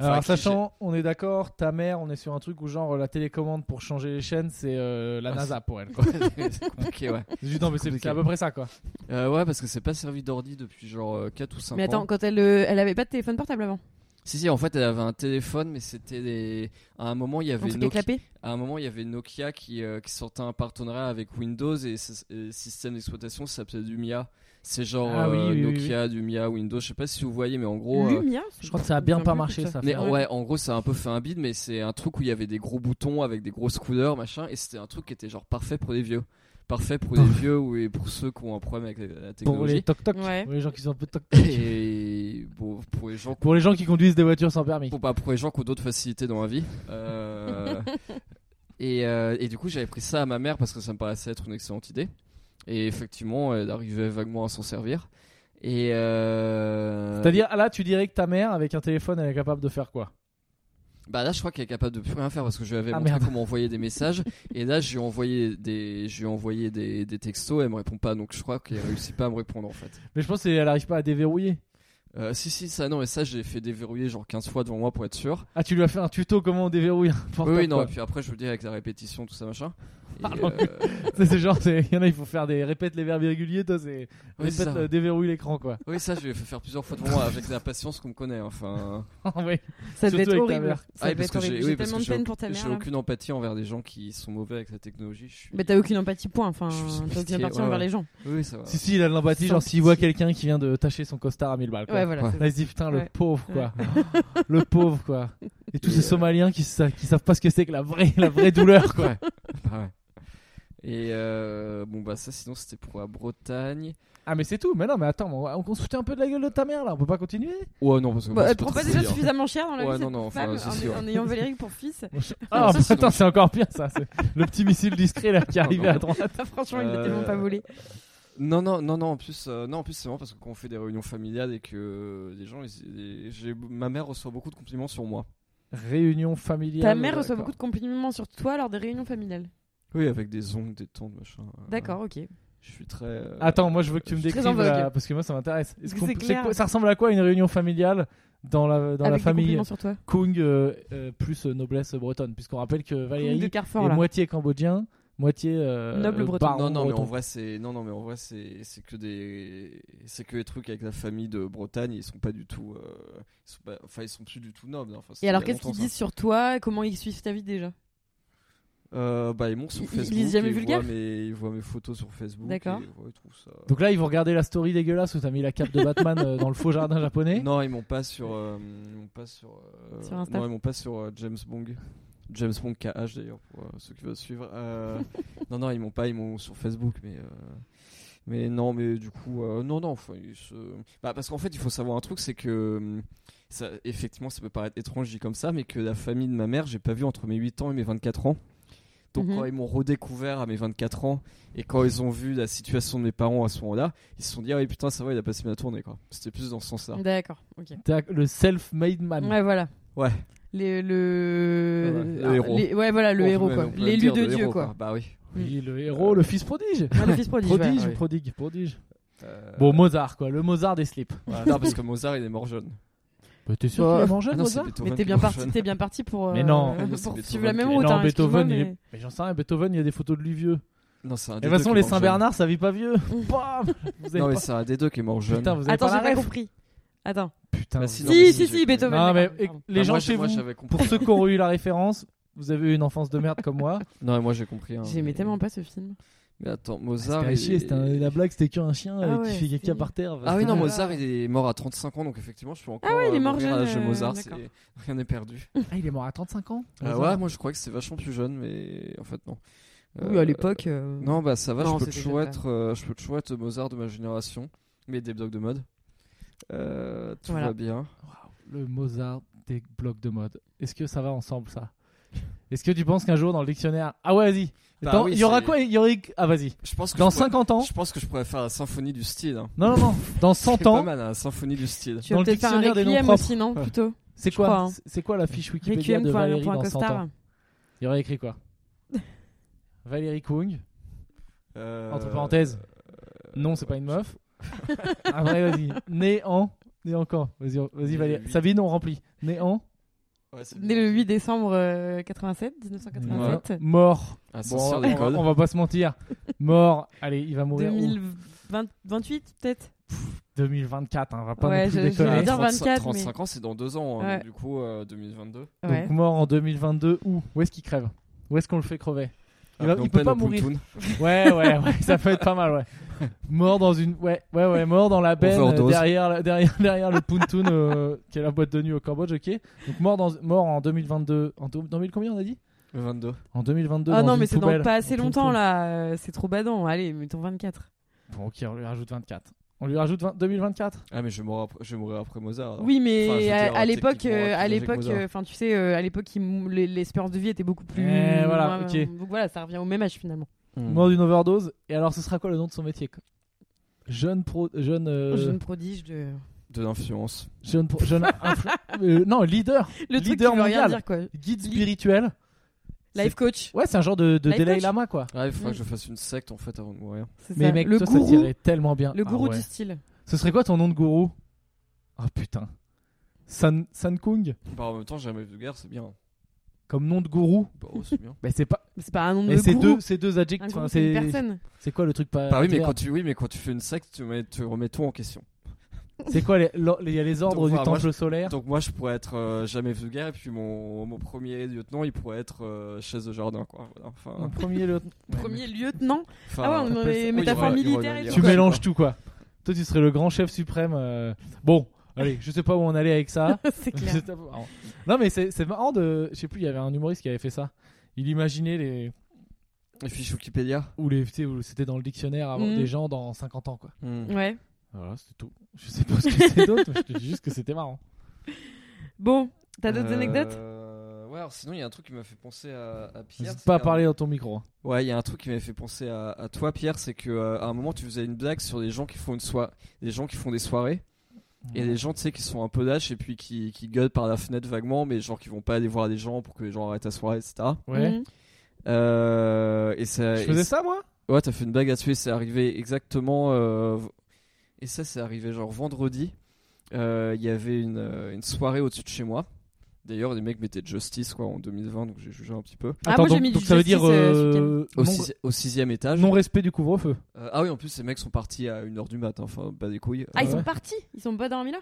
Alors, Enfin, qui- sachant, on est d'accord, ta mère, on est sur un truc où, genre, la télécommande pour changer les chaînes, c'est euh, la Ah, NASA pour elle. quoi. c'est compliqué, ouais. C'est juste- non, mais c'est compliqué. c'est à peu près ça, quoi. Euh, ouais, parce que c'est pas servi d'ordi depuis genre euh, 4 ou pire. 5 Mais ans. attends, quand elle, euh, elle avait pas de téléphone portable avant. Si, si, en fait, elle avait un téléphone, mais c'était des- à un moment, il y Un avait truc à Nokia. clapper. À un moment, il y avait Nokia qui, euh, qui sortait un partenariat avec Windows et ce- et système d'exploitation ça s'appelait Lumia. C'est genre Ah oui, euh, oui, oui, Nokia, Lumia, Windows, je sais pas si vous voyez, mais en gros. euh, Lumia. Je crois que ça a bien me pas souviens marché, plus de ça. mais fait- ouais, en gros, ça a un peu fait un bide, mais c'est un truc où il y avait des gros boutons avec des gros scooters, machin, et c'était un truc qui était genre parfait pour les vieux. Parfait pour les vieux ou et pour ceux qui ont un problème avec la, la Pour les technologie. toc-toc. Ouais. Pour les gens qui sont un peu toc Et bon, pour les gens Pour les gens qui conduisent des voitures sans permis. Bon, bah, pour les gens qui ont d'autres facilités dans la vie. Euh, et, euh, et du coup, j'avais pris ça à ma mère parce que ça me paraissait être une excellente idée. Et effectivement, elle arrivait vaguement à s'en servir. Et euh, C'est-à-dire, là, tu dirais que ta mère, avec un téléphone, elle est capable de faire quoi bah là, je crois qu'elle est capable de plus rien faire parce que je lui avais Ah, montré merde. comment envoyer des messages. et là, je lui ai envoyé des, je lui ai envoyé des, des textos. Elle me répond pas, donc je crois qu'elle réussit pas à me répondre en fait. Mais je pense qu'elle n'arrive pas à déverrouiller. Euh, si, si, ça, non, mais ça, j'ai fait déverrouiller genre 15 fois devant moi pour être sûr. Ah, tu lui as fait un tuto comment on déverrouille un Oui, portable oui, non, quoi. et puis après, je vous dis avec la répétition, tout ça, machin. Et, Pardon. euh, Ça, C'est genre, c'est- il y en a, il faut faire des. Répète les verbes irréguliers, toi, c'est. oui, c'est Répète, ça. euh, déverrouille l'écran, quoi. Oui, ça, je l'ai fait faire plusieurs fois devant moi avec la patience qu'on me connaît. Enfin, oui. Ça devait Surtout avec être ta horrible. mère. Ça Ah, devait parce être que horrible. j'ai- J'ai oui, parce tellement que de j'ai peine auc- pour ta mère. J'ai là. aucune empathie envers les gens qui sont mauvais avec la technologie. Je suis... Mais t'as aucune empathie, point. Enfin, Je suis t'as pitié, aucune empathie ouais, envers ouais. les gens. Oui, ça va. Si, si, il a de l'empathie, Sans genre s'il voit pitié. quelqu'un qui vient de tacher son costard à 1000 balles, quoi. Ouais, voilà. Ouais. c'est Là, il se dit, putain, le Ouais. pauvre, quoi. Ouais. le pauvre, quoi. Et tous Et, ces euh, Somaliens qui, sa- qui savent pas ce que c'est que la vraie, la vraie douleur, quoi. Ouais. Bah ouais. Et euh, bon, bah, ça, sinon, c'était pour la Bretagne. Ah, mais c'est tout. Mais non, mais attends, on, on, se fout un peu de la gueule de ta mère, là. On peut pas continuer Ouais, non, parce que. Bah, moi, elle c'est prend pas très déjà dur. suffisamment cher dans la Ouais, vie non, cette non, enfin, femme, si, en, si, ouais. en ayant Valérie pour fils. Ah, ça, c'est putain, donc- c'est encore pire, ça. c'est Le petit missile discret, là, qui arrivait à droite. Ah, franchement, il l'a Euh, tellement pas volé. Non, non, non, non, en plus, euh, non, en plus c'est marrant parce que quand on fait des réunions familiales et que euh, les gens, ils- ils- j'ai- ma mère reçoit beaucoup de compliments sur moi. Réunion familiale. Ta mère reçoit d'accord. beaucoup de compliments sur toi lors des réunions familiales. Oui, avec des ongles, des tons, machin. euh, D'accord, ok. Je suis très. euh, Attends, moi je veux que tu me je suis très en décrives vogue. la- parce que moi ça m'intéresse. Est-ce C'est qu'on peut- c'est clair. quoi- ça ressemble à quoi une réunion familiale dans la dans Avec la des famille compliments sur toi. Kung euh, euh, plus euh, noblesse bretonne puisqu'on rappelle que Valérie De Carrefour est là. moitié cambodgien, moitié euh, Noble breton. baron Non, non, mais breton. en vrai, c'est non, non, mais en vrai, c'est c'est que des c'est que les trucs avec la famille de Bretagne, ils sont pas du tout, euh, ils sont pas- enfin, ils sont plus du tout nobles. hein. Enfin, c'était Et alors, il y a qu'est-ce qu'ils longtemps, disent sur toi Comment ils suivent ta vie déjà ça. Euh, Bah, ils montent sur Ils- ils Facebook. lisent jamais et ils vulgaire voient mes, ils voient mes photos sur Facebook. D'accord. et Ils, voient- ils trouvent ça. Donc là, ils vont regarder la story dégueulasse où t'as mis la cape de Batman euh, dans le faux jardin japonais. Non, ils m'ont pas sur, euh, ils m'ont pas sur. euh, Sur Insta Non, ils m'ont pas sur euh, James Bong. James Bong KH d'ailleurs pour euh, ceux qui veulent suivre. Euh, non, non, ils m'ont pas, ils m'ont sur Facebook, mais. euh, Mais non, mais du coup, euh, non, non, enfin, ils se- bah, parce qu'en fait, il faut savoir un truc, c'est que hum, ça, effectivement, ça peut paraître étrange dit comme ça, mais que la famille de ma mère, j'ai pas vu entre mes 8 ans et mes 24 ans. Donc Mhm. quand ils m'ont redécouvert à mes 24 ans et quand ils ont vu la situation de mes parents à ce moment-là, ils se sont dit ah oui putain ça va il a passé ma tournée quoi. C'était plus dans ce sens-là. D'accord, ok. T'as le self-made man. Ouais, voilà. Ouais. Les- le... Ouais, le Ah, héros. les- Ouais, voilà, le On peut héros, même- quoi. on peut même L'élu dire de le Dieu, héros, quoi. Bah oui. Oui, le héros, le fils prodige. Ah, le fils prodige. Prodige ouais. ou ouais. prodigue Prodige. Euh, Bon, Mozart, quoi. Le Mozart des slips. voilà. non, parce que Mozart, il est mort jeune. Bah, T'es sûr Bah, qu'il est mangé, Ah non, c'est Mozart Mais Beethoven. t'es qui est bien mort parti, jeune. t'es bien parti pour, euh, Mais non. Ah non, c'est pour Beethoven suivre la qui même est- route. Non, hein, excuse-moi, Beethoven, il est- mais- Mais j'en sais rien, Beethoven, il y a des photos de lui vieux. Non, c'est un De des toute bah, façon, deux qui Ah, les est mort jeune. Saint-Bernard, ça vit pas vieux. Bam Vous avez Non, mais pas- c'est un des deux qui est mort jeune. Putain, vous avez Attends, pas j'ai la pas ref. compris. Attends. Putain. Bah, vous- si, Si, Non, mais si, j'ai- si, Beethoven. Non, mais d'accord, et- pardon. les Ah, gens moi, j'ai- chez moi, vous, j'avais compris. hein. pour ceux qui ont eu la référence, vous avez eu une enfance de merde comme moi. Non, mais moi j'ai compris. hein. J'aimais tellement pas ce film. Mais attends, Ah, Mozart. il est- la blague, c'était qu'un chien Ah euh, qui ouais, fait qui fait caca caca c'est- par par terre. Ah oui, non, Ah. Mozart, il est mort à 35 ans, donc effectivement, je peux encore. ouais, il est euh, mort mourir à jeune, l'âge de euh, Mozart, d'accord. c'est- rien n'est perdu. Ah, il est mort à 35 ans. Euh, ouais, moi je crois que c'est vachement plus jeune, mais en fait, non. Oui, Euh, à l'époque. euh, Non, bah ça va, Non, je, peux te c'était jeune, chouette, euh, je peux te chouette Mozart de ma génération, mais des blocs de mode. Euh, tout Voilà. va bien. Le Mozart des blocs de mode. Est-ce que ça va ensemble ça Est-ce que tu penses qu'un jour dans le dictionnaire. Ah ouais, vas-y. Bah Attends, oui, il y aura c'est- quoi Il y aurait. Ah vas-y. Je pense que Dans je pourrais- 50 ans. Je pense que je pourrais faire la symphonie du style. hein. Non, non, non. Dans C'est 100 Pas ans. mal, hein, la symphonie du style. Tu Dans vas le peut-être faire un dictionnaire des noms requiem propres. aussi, non Ouais. Plutôt. C'est je crois, quoi hein. C'est- C'est quoi la fiche Wikipédia Requiem de pour un, Valérie pour un dans 100 ans costard. Il y aurait écrit quoi Valérie Kung. Euh, Entre parenthèses. Non, c'est pas une meuf. ah ouais, vas-y. Né en. Né en quand Vas-y, vas-y, Né Valérie. le huit. Sabine, on remplit. Né en. Ouais, c'est Né bien. le 8 décembre euh, 87, 1987. Mort. Ah, ça Bon, sort on, des va, codes. on va pas se mentir. Mort. Allez, il va mourir. où 2028 peut-être 2024, hein, on va pas Ouais, non plus je- je déconner. voulais dire. 35 24, 35 ans, c'est dans deux ans, hein, Ouais. donc du coup, euh, 2022. Donc Ouais. mort en 2022, où Où est-ce qu'il crève Où est-ce qu'on le fait crever Il va- Ah, il Phnom peut Penh pas au mourir. Pontoon. Ouais, ouais, ouais, ça peut être pas mal, ouais. Mort dans une. Ouais, ouais, ouais, mort dans la benne euh, Overdose. derrière, la- derrière, derrière le Puntun, euh, qui est la boîte de nuit au Cambodge, ok. Donc mort, dans, mort en 2022. En deux- dans mille combien on a dit Le 22. En 2022. Ah dans non, une mais c'est dans poubelle, pas au assez Puntun. longtemps là. euh, C'est trop badant. Allez, mettons 24. Bon, ok, on lui rajoute 24. On lui rajoute 20 2024 Ah, mais je vais mourir après, je vais mourir après Mozart. Ah. alors. Oui, mais Enfin, je veux dire, à- à l'époque, techniquement, euh, à avec l'époque, Mozart. euh, enfin tu sais, euh, à l'époque, il mou- les- l'espérance de vie était beaucoup plus. Eh, voilà, moins- ok. Donc voilà, ça revient au même âge finalement. Hmm. Mort d'une overdose. Et alors, ce sera quoi le nom de son métier quoi Jeune pro. Jeune. euh, Jeune prodige de. De l'influence. Jeune. pro- jeune influ- euh, non, leader. Le truc qui leader veut rien mondial. dire quoi. Guide Li- spirituel. Life coach. Ouais, c'est un genre de, de Life Dalai coach. Lama, quoi. Ah, il faudrait Hmm. que je fasse une secte en fait avant de mourir. c'est Mais ça. mec, le toi, ça gourou, tirait tellement bien. le Ah gourou ouais. du style. Ce serait quoi ton nom de gourou Ah putain. San, San Kung, Bah, en même temps, j'ai jamais vu de guerre, c'est bien. comme nom de gourou. Bah, oh, c'est bien. Bah, c'est pas. C'est pas un nom de Et c'est gourou. deux, c'est deux Un adjectifs. gourou, enfin, c'est une c'est personne. c'est quoi le truc pas. Euh, Bah oui mais, clair quand tu, oui, mais quand tu fais une secte, tu, mets- tu remets tout en question. C'est quoi les, lo- les- il y a les ordres Donc, du voilà, moi, temple solaire Donc moi, je pourrais être euh, jamais vulgaire, et puis mon, mon premier lieutenant, il pourrait être euh, chaise de jardin, quoi. Voilà, Mon enfin, premier le- Ouais, Premier lieutenant. enfin, Mm. ah ouais, on est dans appelle ça- les oui, métaphores voilà, militaires et il mais y tout. a- Tu quoi. mélanges tout quoi. Toi tu serais le grand chef suprême. euh, Bon, allez, je sais pas où on allait avec ça. c'est clair. C'est marrant. non mais c'est c'est marrant de, je sais plus, il y avait un humoriste qui avait fait ça. Il imaginait les Les fiches Wikipédia. ou les, tu sais, où c'était dans le dictionnaire avant Mhm. des gens dans 50 ans quoi. Hmm. Ouais. Voilà, c'est tout. Je sais pas ce que c'est d'autre, mais je te dis juste que c'était marrant. Bon, t'as d'autres Euh, anecdotes Ouais, alors sinon, il y a un truc qui m'a fait penser à, à Pierre. N'hésite c'est pas à qu'à un- parler dans ton micro. hein. Ouais, il y a un truc qui m'avait fait penser à, à toi, Pierre, c'est que euh, à un moment, tu faisais une blague sur les gens qui font une soirée, les gens qui font des soirées. Mm. Et les gens, tu sais, qui sont un peu lâches et puis qui, qui gueulent par la fenêtre vaguement, mais genre qui vont pas aller voir les gens pour que les gens arrêtent la soirée, etc. Ouais. Mhm. Euh, et ça, Mmh. Je et faisais c- ça moi Ouais, t'as fait une blague là-dessus et c'est arrivé exactement. euh, v- Et ça, c'est arrivé genre vendredi. Euh, Il y avait une, euh, une soirée au-dessus de chez moi. D'ailleurs, les mecs mettaient Justice quoi en 2020, donc j'ai jugé un petit peu. Ah, moi, j'ai donc, mis donc du ça veut dire justice, euh, ce euh, Au, non- sixi- au sixième étage. non-respect du couvre-feu. Euh, ah oui, en plus, ces mecs sont partis à 1h du matin, enfin, pas des couilles. Ah, ils Euh, ouais. sont partis Ils sont pas dormis là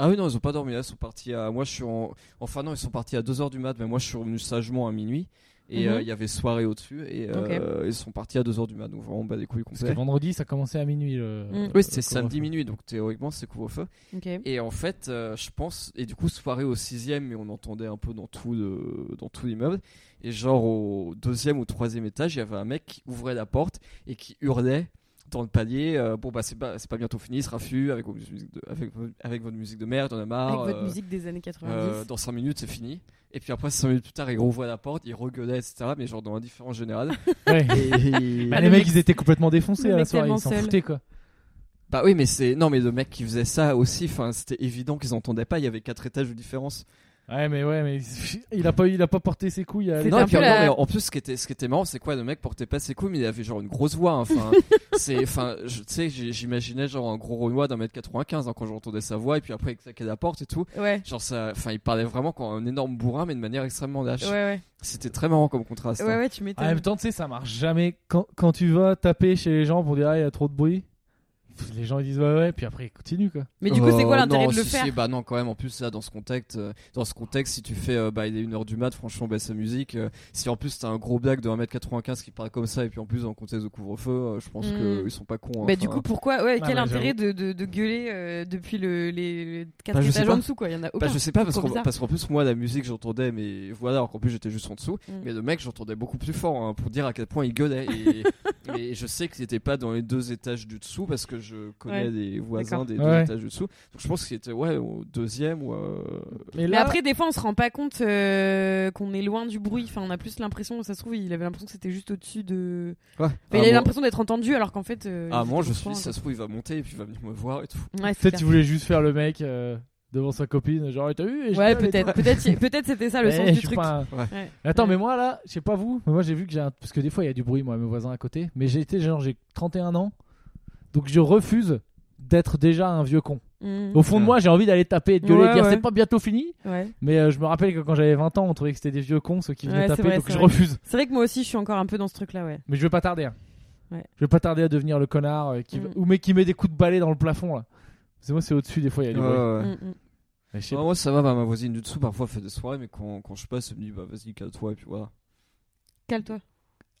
ah oui, non, ils ont pas dormi là, ils sont partis à. Moi, je suis en. Enfin, non, ils sont partis à 2h du mat, mais moi, je suis revenu sagement à minuit. Et Mhm. euh, il y avait soirée au-dessus, et euh, ils sont partis à 2h du mat, donc vraiment pas des couilles Parce que complètes. vendredi, ça commençait à minuit. le- Mm. le Mmh. Oui, c'était couvre-feu. samedi minuit, donc théoriquement, c'est couvre-feu. Ok. Et en fait, euh, je pense, et du coup, soirée au sixième, mais on entendait un peu dans tout, le- dans tout l'immeuble. Et genre au deuxième ou troisième étage, il y avait un mec qui ouvrait la porte et qui hurlait dans le palier. euh, bon bah c'est pas, c'est pas bientôt fini, ce raffut avec, vos musiques de- avec, vo- avec votre musique de merde, on a marre. Avec votre euh, musique des années 90. euh, dans 5 minutes, c'est fini. Et puis après, 5 minutes plus tard, il rouvrait la porte, il regueulait, etc. Mais genre dans l'indifférence générale. Ouais. Bah, Et- Ah, les le mecs, mec- ils étaient complètement défoncés le à la mec soirée, ils tellement s'en seul. foutaient quoi. Bah oui, mais c'est non, mais le mec qui faisait ça aussi, enfin, c'était évident qu'ils entendaient pas. Il y avait quatre étages de différence. Ouais, mais ouais, mais il a pas, il a pas porté ses couilles à C'est Non, un et puis, peu non, la- mais en plus, ce qui était, ce qui était marrant, c'est quoi Le mec portait pas ses couilles, mais il avait genre une grosse voix. hein. Enfin, c'est, enfin, je- tu sais, j'ai- j'imaginais genre un gros Renoir d'un mètre 95 hein, quand j'entendais sa voix, et puis après, il claquait la porte et tout. Ouais. Genre, ça, enfin, il parlait vraiment comme un énorme bourrin, mais de manière extrêmement lâche. Ouais, ouais. C'était très marrant comme contraste. Ouais, hein. ouais, tu En m'étonnes. même temps, tu sais, ça marche jamais. Quand, quand tu vas taper chez les gens pour dire ah, il y a trop de bruit, pff, les gens ils disent ouais, ouais, puis après ils continuent quoi. Mais du coup, c'est quoi Euh, l'intérêt non, de le si, faire si, Bah non, quand même. En plus, là, dans ce contexte, euh, dans ce contexte, si tu fais, euh, bah, il est 1h du mat, franchement, baisse sa musique. euh, si en plus t'as un gros blague de 1m95 qui parle comme ça, et puis en plus, dans le contexte de couvre-feu, euh, je pense Mm. qu'ils sont pas cons. hein, Bah, du enfin, coup, pourquoi Ouais, Ah, quel bah, intérêt de, de, de gueuler euh, depuis le, les, les quatre Bah, je sais étages en pas. dessous, quoi Il y en a aucun. Bah, je sais pas, parce Trop qu'en bizarre. parce qu'en plus, moi, la musique, j'entendais, mais voilà, alors qu'en plus, j'étais juste en dessous. Mm. Mais le mec, j'entendais beaucoup plus fort, hein, pour dire à quel point il gueulait. Et, et je sais qu'il était pas dans les deux étages du dessous, parce que je connais Ouais. les D'accord. voisins des Ouais. deux étages du dessous. Donc, je pense qu'il était, ouais, au deuxième ou. euh, Mais après, des fois, on se rend pas compte euh, qu'on est loin du bruit. Enfin, on a plus l'impression, ça se trouve, il avait l'impression que c'était juste au-dessus de. Ouais. Mais il Ah, avait bon. l'impression d'être entendu, alors qu'en fait. euh, Ah, il moi était je trop suis, loin, ça se trouve, il va monter et puis il va venir me voir et tout. quoi. Ouais, Ah, c'est Peut-être clair. il voulait juste faire le mec euh, devant sa copine, genre t'as vu et je Ouais, gueule et peut-être. Peut-être peut c'était ça tout. le Eh, sens je du suis truc. pas un- Ouais. Attends, Ouais. mais moi là, je sais pas vous, mais moi j'ai vu que j'ai un... Parce que des fois il y a du bruit, moi, mes voisins à côté. Mais j'ai été genre, j'ai 31 ans. Donc je refuse d'être déjà un vieux con. Mhm. Au fond de Ouais. moi, j'ai envie d'aller taper et de gueuler et Ouais, de dire ouais. c'est pas bientôt fini. Ouais. Mais euh, je me rappelle que quand j'avais 20 ans, on trouvait que c'était des vieux cons ceux qui venaient Ouais, c'est taper. vrai, donc c'est je vrai. refuse. C'est vrai que moi aussi, je suis encore un peu dans ce truc-là, ouais. Mais je vais pas tarder. hein. Ouais. Je vais pas tarder à devenir le connard euh, qui... Mm. ou mais qui met des coups de balai dans le plafond là. C'est moi, c'est au-dessus des fois, il y a du bruit. Ouais, Mhm. Mais je sais pas. moi ça va, bah, ma voisine du dessous parfois fait des soirées, mais quand, quand je passe, elle me dit bah vas-y, calme-toi et puis voilà. Cale-toi.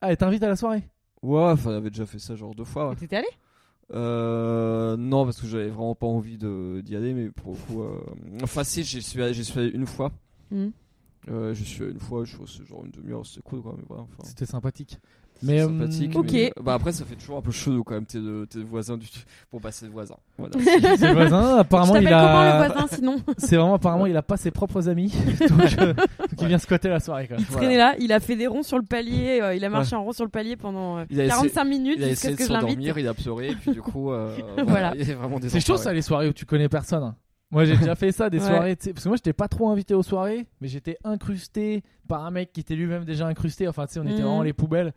Ah, et t'invites à la soirée Ouais, enfin, elle avait déjà fait ça genre deux fois. ouais. T'étais allé Euh, non, parce que j'avais vraiment pas envie de- d'y aller, mais pour le coup. euh, Enfin, si, j'y suis, allé- j'y suis allé une fois. Mhm. Euh, j'y suis allé une fois, je trouve que c'est genre une demi-heure, c'est cool quoi, mais voilà. Enfin, C'était sympathique. c'est Mais, euh, sympathique. ok. mais- bah après, ça fait toujours un peu chelou quand même, t'es le- t'es le voisin du. Bon, bah c'est le voisin. Voilà. C'est le voisin, apparemment Tu il t'appelles comment le a. voisin sinon C'est vraiment apparemment il a pas ses propres amis. donc euh, donc il vient squatter la soirée quoi. Il traînait là, il a fait des ronds sur le palier, euh, il a marché en rond sur le palier pendant euh, Il a essayé- 45 minutes Il a jusqu'à essayé ce de que je l'invite. s'endormir, il a pleuré, et puis du coup, euh, Voilà. il est vraiment C'est chaud désemparé. ça les soirées où tu connais personne. hein. Moi, j'ai déjà fait ça, des Ouais. soirées. tu sais, Parce que moi, j'étais pas trop invité aux soirées, mais j'étais incrusté par un mec qui était lui-même déjà incrusté. Enfin, tu sais, on était Mhm. vraiment les poubelles.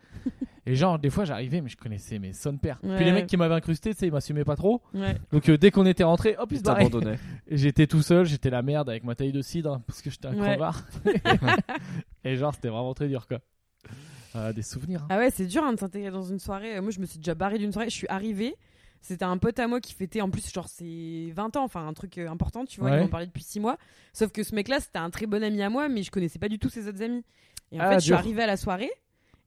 Et genre, des fois, j'arrivais, mais je connaissais mes sons pères. Puis Ouais. les mecs qui m'avaient incrusté, tu sais, ils m'assumaient pas trop. Ouais. Donc, euh, dès qu'on était rentrés, hop, ils se Ils barraient. t'abandonnaient. Et j'étais tout seul, j'étais la merde avec ma taille de cidre, parce que j'étais un Ouais. crevard. Et genre, c'était vraiment très dur, quoi. Euh, des souvenirs. hein. Ah ouais, c'est dur hein, de s'intégrer dans une soirée. Euh, Moi, je me suis déjà barrée d'une soirée. Je suis arrivée. C'était un pote à moi qui fêtait, en plus, genre, c'est 20 ans, enfin, un truc euh, important, tu vois. Ouais. Ils m'en parlaient depuis 6 mois. Sauf que ce mec-là, c'était un très bon ami à moi, mais je connaissais pas du tout ses autres amis. Et en Ah, fait, je suis dur. arrivée à la soirée.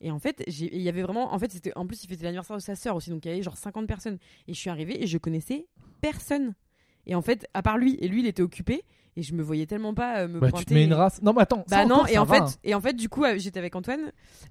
Et en fait, j'ai- il y avait vraiment. En fait, c'était en plus, il fêtait l'anniversaire de sa sœur aussi, donc il y avait genre 50 personnes. Et je suis arrivée et je connaissais personne. Et en fait, à part lui, et lui, il était occupé. Et je me voyais tellement pas euh, me Bah, pointer. tu te mets une race. Non, mais attends. ça Bah non, encore, et ça en, va, fait, hein. et en fait, du coup, euh, j'étais avec Antoine et,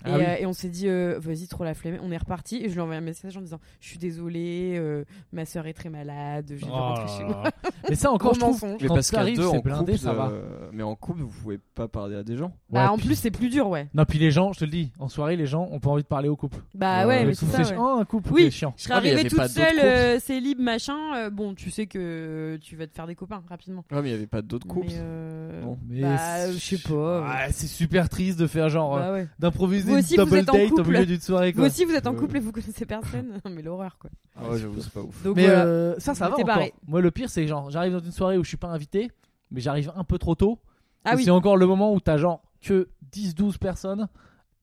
Ah oui. euh, et on s'est dit, euh, vas-y, trop la flemme. On est reparti et je lui ai envoyé un message en disant, je suis désolée, euh, ma soeur est très malade, je vais Oh rentrer chez là moi. là. Mais ça encore, Gros je trouve. mensonge. Mais Quand parce qu'à t'arrives, deux, c'est en blindé, couple, ça va. euh, mais en couple, vous pouvez pas parler à des gens. Bah, Ouais, en puis- plus, c'est plus dur, ouais. Non, puis les gens, je te le dis, en soirée, les gens ont pas envie de parler au couple. Bah Ouais, ouais, ouais, mais Ils c'est sont ça. fait, ouais. Oh, un couple, Oui. c'est chiant. Je serais mais il y arrivée avait toute pas d'autres seule, couples. euh, c'est libre, machin. euh, bon, tu sais que euh, tu vas te faire des copains rapidement. Ouais, mais il y avait pas d'autres couples. Mais, euh, Bon. Mais Bah, c'est- je sais pas. Ouais, c'est super triste de faire genre euh, Bah ouais. d'improviser Vous une aussi, vous double êtes en date au couple. milieu d'une soirée Vous quoi. aussi, vous êtes en Euh. couple et vous connaissez personne. Non, mais l'horreur, quoi. Ah ouais, j'avoue, c'est pas ouf. Donc mais voilà. euh, ça, ça Je va m'étais encore. barrée. Moi, le pire, c'est genre j'arrive dans une soirée où je suis pas invité, mais j'arrive un peu trop tôt. ah Et oui. C'est encore le moment où t'as genre que 10-12 personnes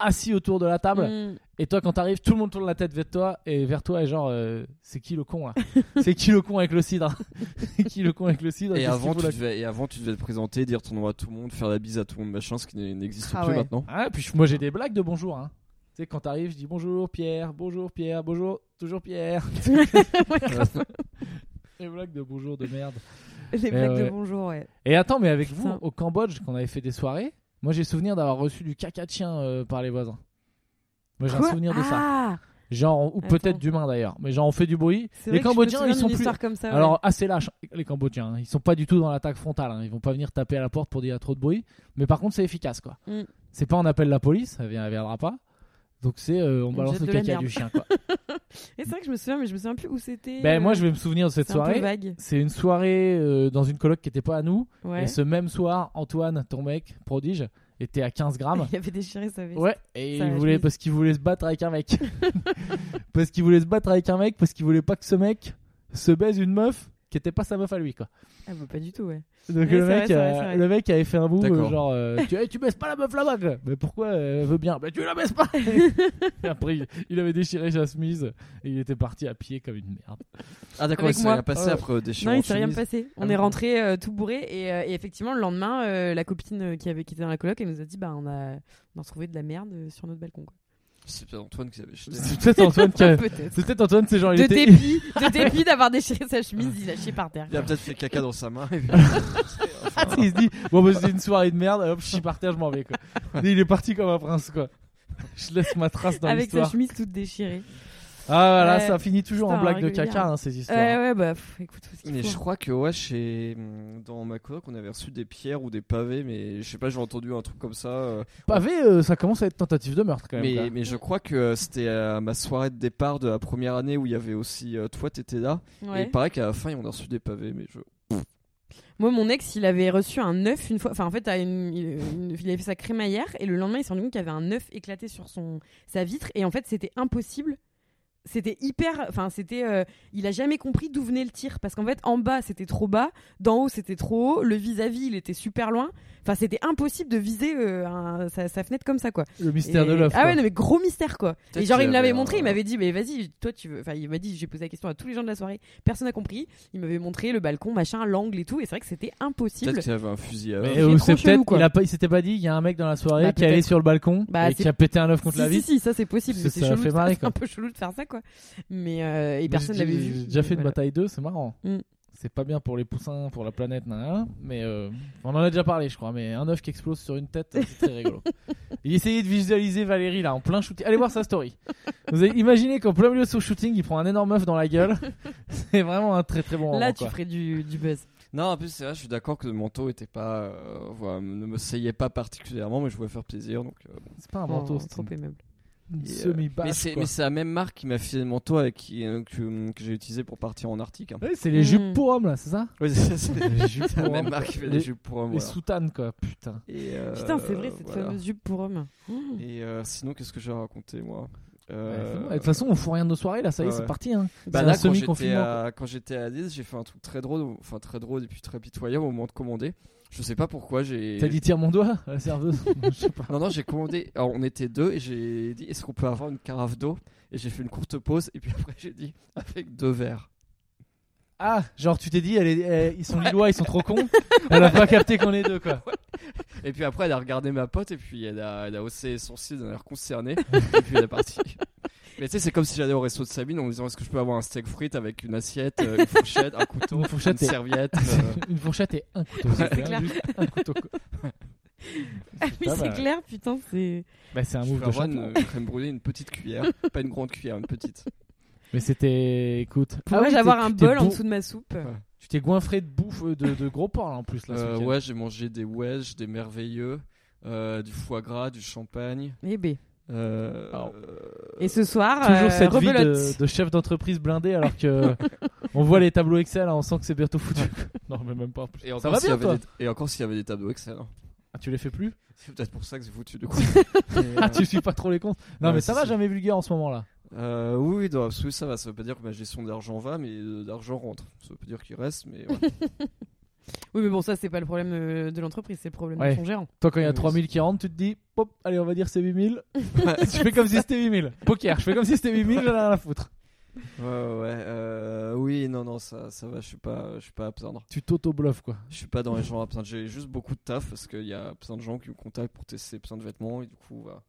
assis autour de la table. Mm. Et toi, quand t'arrives, tout le monde tourne la tête vers toi et vers toi et genre, euh, c'est qui le con là C'est qui le con avec le cidre C'est qui le con avec le cidre Et Qu'est-ce qu'il avant, fout, tu là devais, et avant, tu devais te présenter, dire ton nom à tout le monde, faire la bise à tout le monde, machin, ce qui n- n'existe Ah plus ouais. maintenant. Ah, puis je- moi j'ai des blagues de bonjour. Hein. Tu sais, quand t'arrives, je dis bonjour Pierre, bonjour Pierre, bonjour, toujours Pierre. des blagues de bonjour de merde. Les Mais blagues de ouais. bonjour, ouais. Et attends, mais avec vous, Ça. au Cambodge, qu'on avait fait des soirées, moi j'ai souvenir d'avoir reçu du caca de chien euh, par les voisins. Moi j'ai un Quoi souvenir de ça. Ah Genre, ou Attends. peut-être d'humains d'ailleurs, mais genre on fait du bruit. C'est vrai Les que je me Cambodgiens, souviens ils sont d'une plus. histoire comme ça, ouais. Alors assez lâches les Cambodgiens, hein. ils sont pas du tout dans l'attaque frontale, hein. ils vont pas venir taper à la porte pour dire il y a trop de bruit, mais par contre c'est efficace quoi. Mm. C'est pas on appelle la police, elle vient- elle viendra pas. Donc c'est euh, on, On balance jette le de la caca merde. du chien quoi. Et c'est vrai que je me souviens, mais je me souviens plus où c'était. ben euh, moi je vais me souvenir de cette c'est un peu soirée. vague. C'est une soirée euh, dans une coloc qui était pas à nous Ouais. et ce même soir Antoine, ton mec prodige, était à 15 grammes. Il avait déchiré sa veste. Ah, bah. Ouais, et Ça, il je voulait l'ai- parce qu'il voulait se battre avec un mec. parce qu'il voulait se battre avec un mec parce qu'il voulait pas que ce mec se baise une meuf qui était pas sa meuf à lui quoi. Ah bah pas du tout, ouais. Donc Oui, le, mec, c'est vrai, c'est vrai, euh, c'est vrai. le mec avait fait un bout D'accord. genre euh, tu, hey, tu baisses pas la meuf là-bas quoi. mais pourquoi euh, elle veut bien mais tu la baisses pas Et après il, il avait déchiré sa chemise et il était parti à pied comme une merde Ah d'accord, Avec il s'est moi. rien passé Ouais. après euh, des Non, il s'est rien chemise. passé. Ah On oui. est rentré euh, tout bourré et, euh, et effectivement le lendemain, euh, la copine euh, qui avait quitté dans la coloc, elle nous a dit bah on a on a retrouvé de la merde euh, sur notre balcon. quoi. C'est peut-être Antoine qui avait jeté. c'est peut-être Antoine qui a- Peut-être. c'est peut-être Antoine c'est genre il De était dépit, de dépit d'avoir déchiré sa chemise, il a chié par terre. Il a peut-être fait caca dans sa main. et puis- Ah, il se dit bon bah, c'était une soirée de merde hop je suis par terre je m'en vais quoi et il est parti comme un prince quoi je laisse ma trace dans Avec sa l'histoire chemise toute déchirée. ah voilà Ouais. ça finit toujours en Putain, blague de régulière. caca hein, ces histoires Ouais, ouais, bah pff, écoute, faut ce qu'il Mais faut. je crois que ouais, chez mm, dans ma coloc, on avait reçu des pierres ou des pavés, mais je sais pas, j'ai entendu un truc comme ça. euh, pavé euh, ça commence à être tentative de meurtre quand même quoi. Mais, mais je crois que euh, c'était à ma soirée de départ de la première année où il y avait aussi euh, toi, t'étais là. Et Ouais. il paraît qu'à la fin, on a reçu des pavés, mais je. Moi, mon ex, il avait reçu un œuf une fois. Enfin, en fait, à une- une- il avait fait sa crémaillère et le lendemain, il s'est rendu compte qu'il y avait un œuf éclaté sur son sa vitre. Et en fait, c'était impossible. C'était hyper. Enfin, c'était. euh, il a jamais compris d'où venait le tir parce qu'en fait, en bas, c'était trop bas. D'en haut, c'était trop haut. Le vis-à-vis, il était super loin. Enfin, c'était impossible de viser euh, un- sa, sa fenêtre comme ça, quoi. le mystère Et- de l'œuf Ah ouais, quoi. non, mais gros mystère quoi. Peut-être Et genre, il me qu'il l'avait avait montré, un- il m'avait dit, mais vas-y, toi tu veux. Enfin, il m'a dit, j'ai posé la question à tous les gens de la soirée, personne n'a compris. Il m'avait montré le balcon, machin, l'angle et tout, et c'est vrai que c'était impossible. Peut-être qu'il y avait un fusil à Mais eux. euh, trop c'est chelou, peut-être quoi. il, a pas- il s'était pas dit il y a un mec dans la soirée Bah, qui est allé peut-être. sur le balcon Bah, et c'est- qui a pété un œuf contre si, la si, vitre. si, ça c'est possible, Parce mais que c'est ça a chelou fait de- marrer, c'est quoi. un peu chelou de faire ça quoi. Mais euh, et Moi, personne j'ai l'avait déjà- vu. J'ai déjà fait une Voilà. bataille 2, c'est marrant. Mm. C'est pas bien pour les poussins, pour la planète, nan, nan, nan, mais euh, on en a déjà parlé, je crois. Mais un œuf qui explose sur une tête, c'est très rigolo. Il essayait de visualiser Valérie là en plein shooting. Allez voir sa story. Vous avez- imaginez qu'en plein milieu de son shooting, il prend un énorme œuf dans la gueule. C'est vraiment un très très bon moment. Là, tu quoi. ferais du, du buzz. Non, en plus, c'est vrai, je suis d'accord que le manteau était pas. euh, voilà, ne me saillait pas particulièrement, mais je voulais faire plaisir. Donc, euh, bon. C'est pas un Oh, manteau, c'est c'est trop une aimable. une Et, euh, mais semi-bâche. c'est quoi. mais c'est la même marque qui m'a filé mon toit et qui, euh, que, que j'ai utilisé pour partir en Arctique. hein. Ouais, c'est les Mm. jupes pour hommes, là, c'est ça Ouais, c'est c'est- Les jupes c'est la pour même hommes. marque qui fait Les- des jupes pour hommes. Les voilà. soutanes, quoi, putain. Et, euh, Putain, c'est vrai, cette voilà. fameuse jupe pour homme. Ah, Et euh, sinon, qu'est-ce que j'ai raconté moi Ouais, Euh, c'est bon. Et De toute façon, on fout rien de nos soirées, là, ça y est, ouais. c'est parti. Hein. c'est Bah là, un quand j'étais semi-confinement. à, quand j'étais à Nice, j'ai fait un truc très drôle, enfin très drôle et puis très pitoyable au moment de commander. Je sais pas pourquoi j'ai. T'as dit tire mon doigt à la serveuse Je sais pas. Non, non, j'ai commandé. Alors, on était deux et j'ai dit est-ce qu'on peut avoir une carafe d'eau Et j'ai fait une courte pause et puis après j'ai dit avec deux verres. Ah, genre tu t'es dit, elle est- elle- ils sont lillois, ils sont trop cons. Elle a pas capté qu'on est deux, quoi. Et puis après, elle a regardé ma pote et puis elle a, elle a haussé les sourcils d'un air concerné et puis elle est partie. Mais tu sais, c'est comme si j'allais au resto de Sabine en me disant est-ce que je peux avoir un steak frites avec une assiette, euh, une fourchette, un couteau, Une fourchette une et- serviette. euh, Une fourchette et un couteau. c'est vrai, clair. juste Un couteau, quoi. Ah oui, pas c'est mal. clair, putain, c'est. Bah, c'est un Je move peux de avoir champion. une, une crème brûlée, une petite cuillère, pas une grande cuillère, une petite. Mais c'était, écoute. Ah oui, Pourrais-je t'es- avoir un tu t'es bol en bou- dessous de ma soupe Tu t'es goinfré de bouffe, euh, de, de gros porc là, en plus là. ce Euh, week-end. ouais, j'ai mangé des wedges, des merveilleux, euh, du foie gras, du champagne. Eh ben. euh, Alors, Et ce soir, Toujours euh, cette vie rebelote. de, de chef d'entreprise blindé alors que on voit les tableaux Excel, hein, on sent que c'est bientôt foutu. non, mais même pas. en plus. et Ça encore va s'il y bien avait toi. des- et encore s'il y avait des tableaux Excel. hein. Ah, tu les fais plus C'est peut-être pour ça que c'est foutu du coup. Et, euh, Ah, tu suis pas trop les comptes. Non, Ouais, mais ça si, va si. jamais vulgaire en ce moment là. euh, oui, oui, dans l'absolu, ça va. Ça veut pas dire que ma gestion d'argent va, mais euh, l'argent rentre. Ça veut pas dire qu'il reste, mais ouais. Oui, mais bon, ça, c'est pas le problème euh, de l'entreprise, c'est le problème Ouais. de son gérant. Toi, quand il y a Oui, 3000 qui rentrent, tu te dis, pop, allez, on va dire c'est 8000. je fais comme si c'était 8000. Poker, je fais comme si c'était 8000, j'en ai rien à foutre. ouais, ouais. euh, oui, non, non, ça, ça va. Je suis pas, je suis pas à plaindre. Tu t'auto-bluffes quoi. Je suis pas dans les gens à plaindre. J'ai juste beaucoup de taf parce qu'il y a plein de gens qui me contactent pour tester plein de vêtements et du coup, voilà.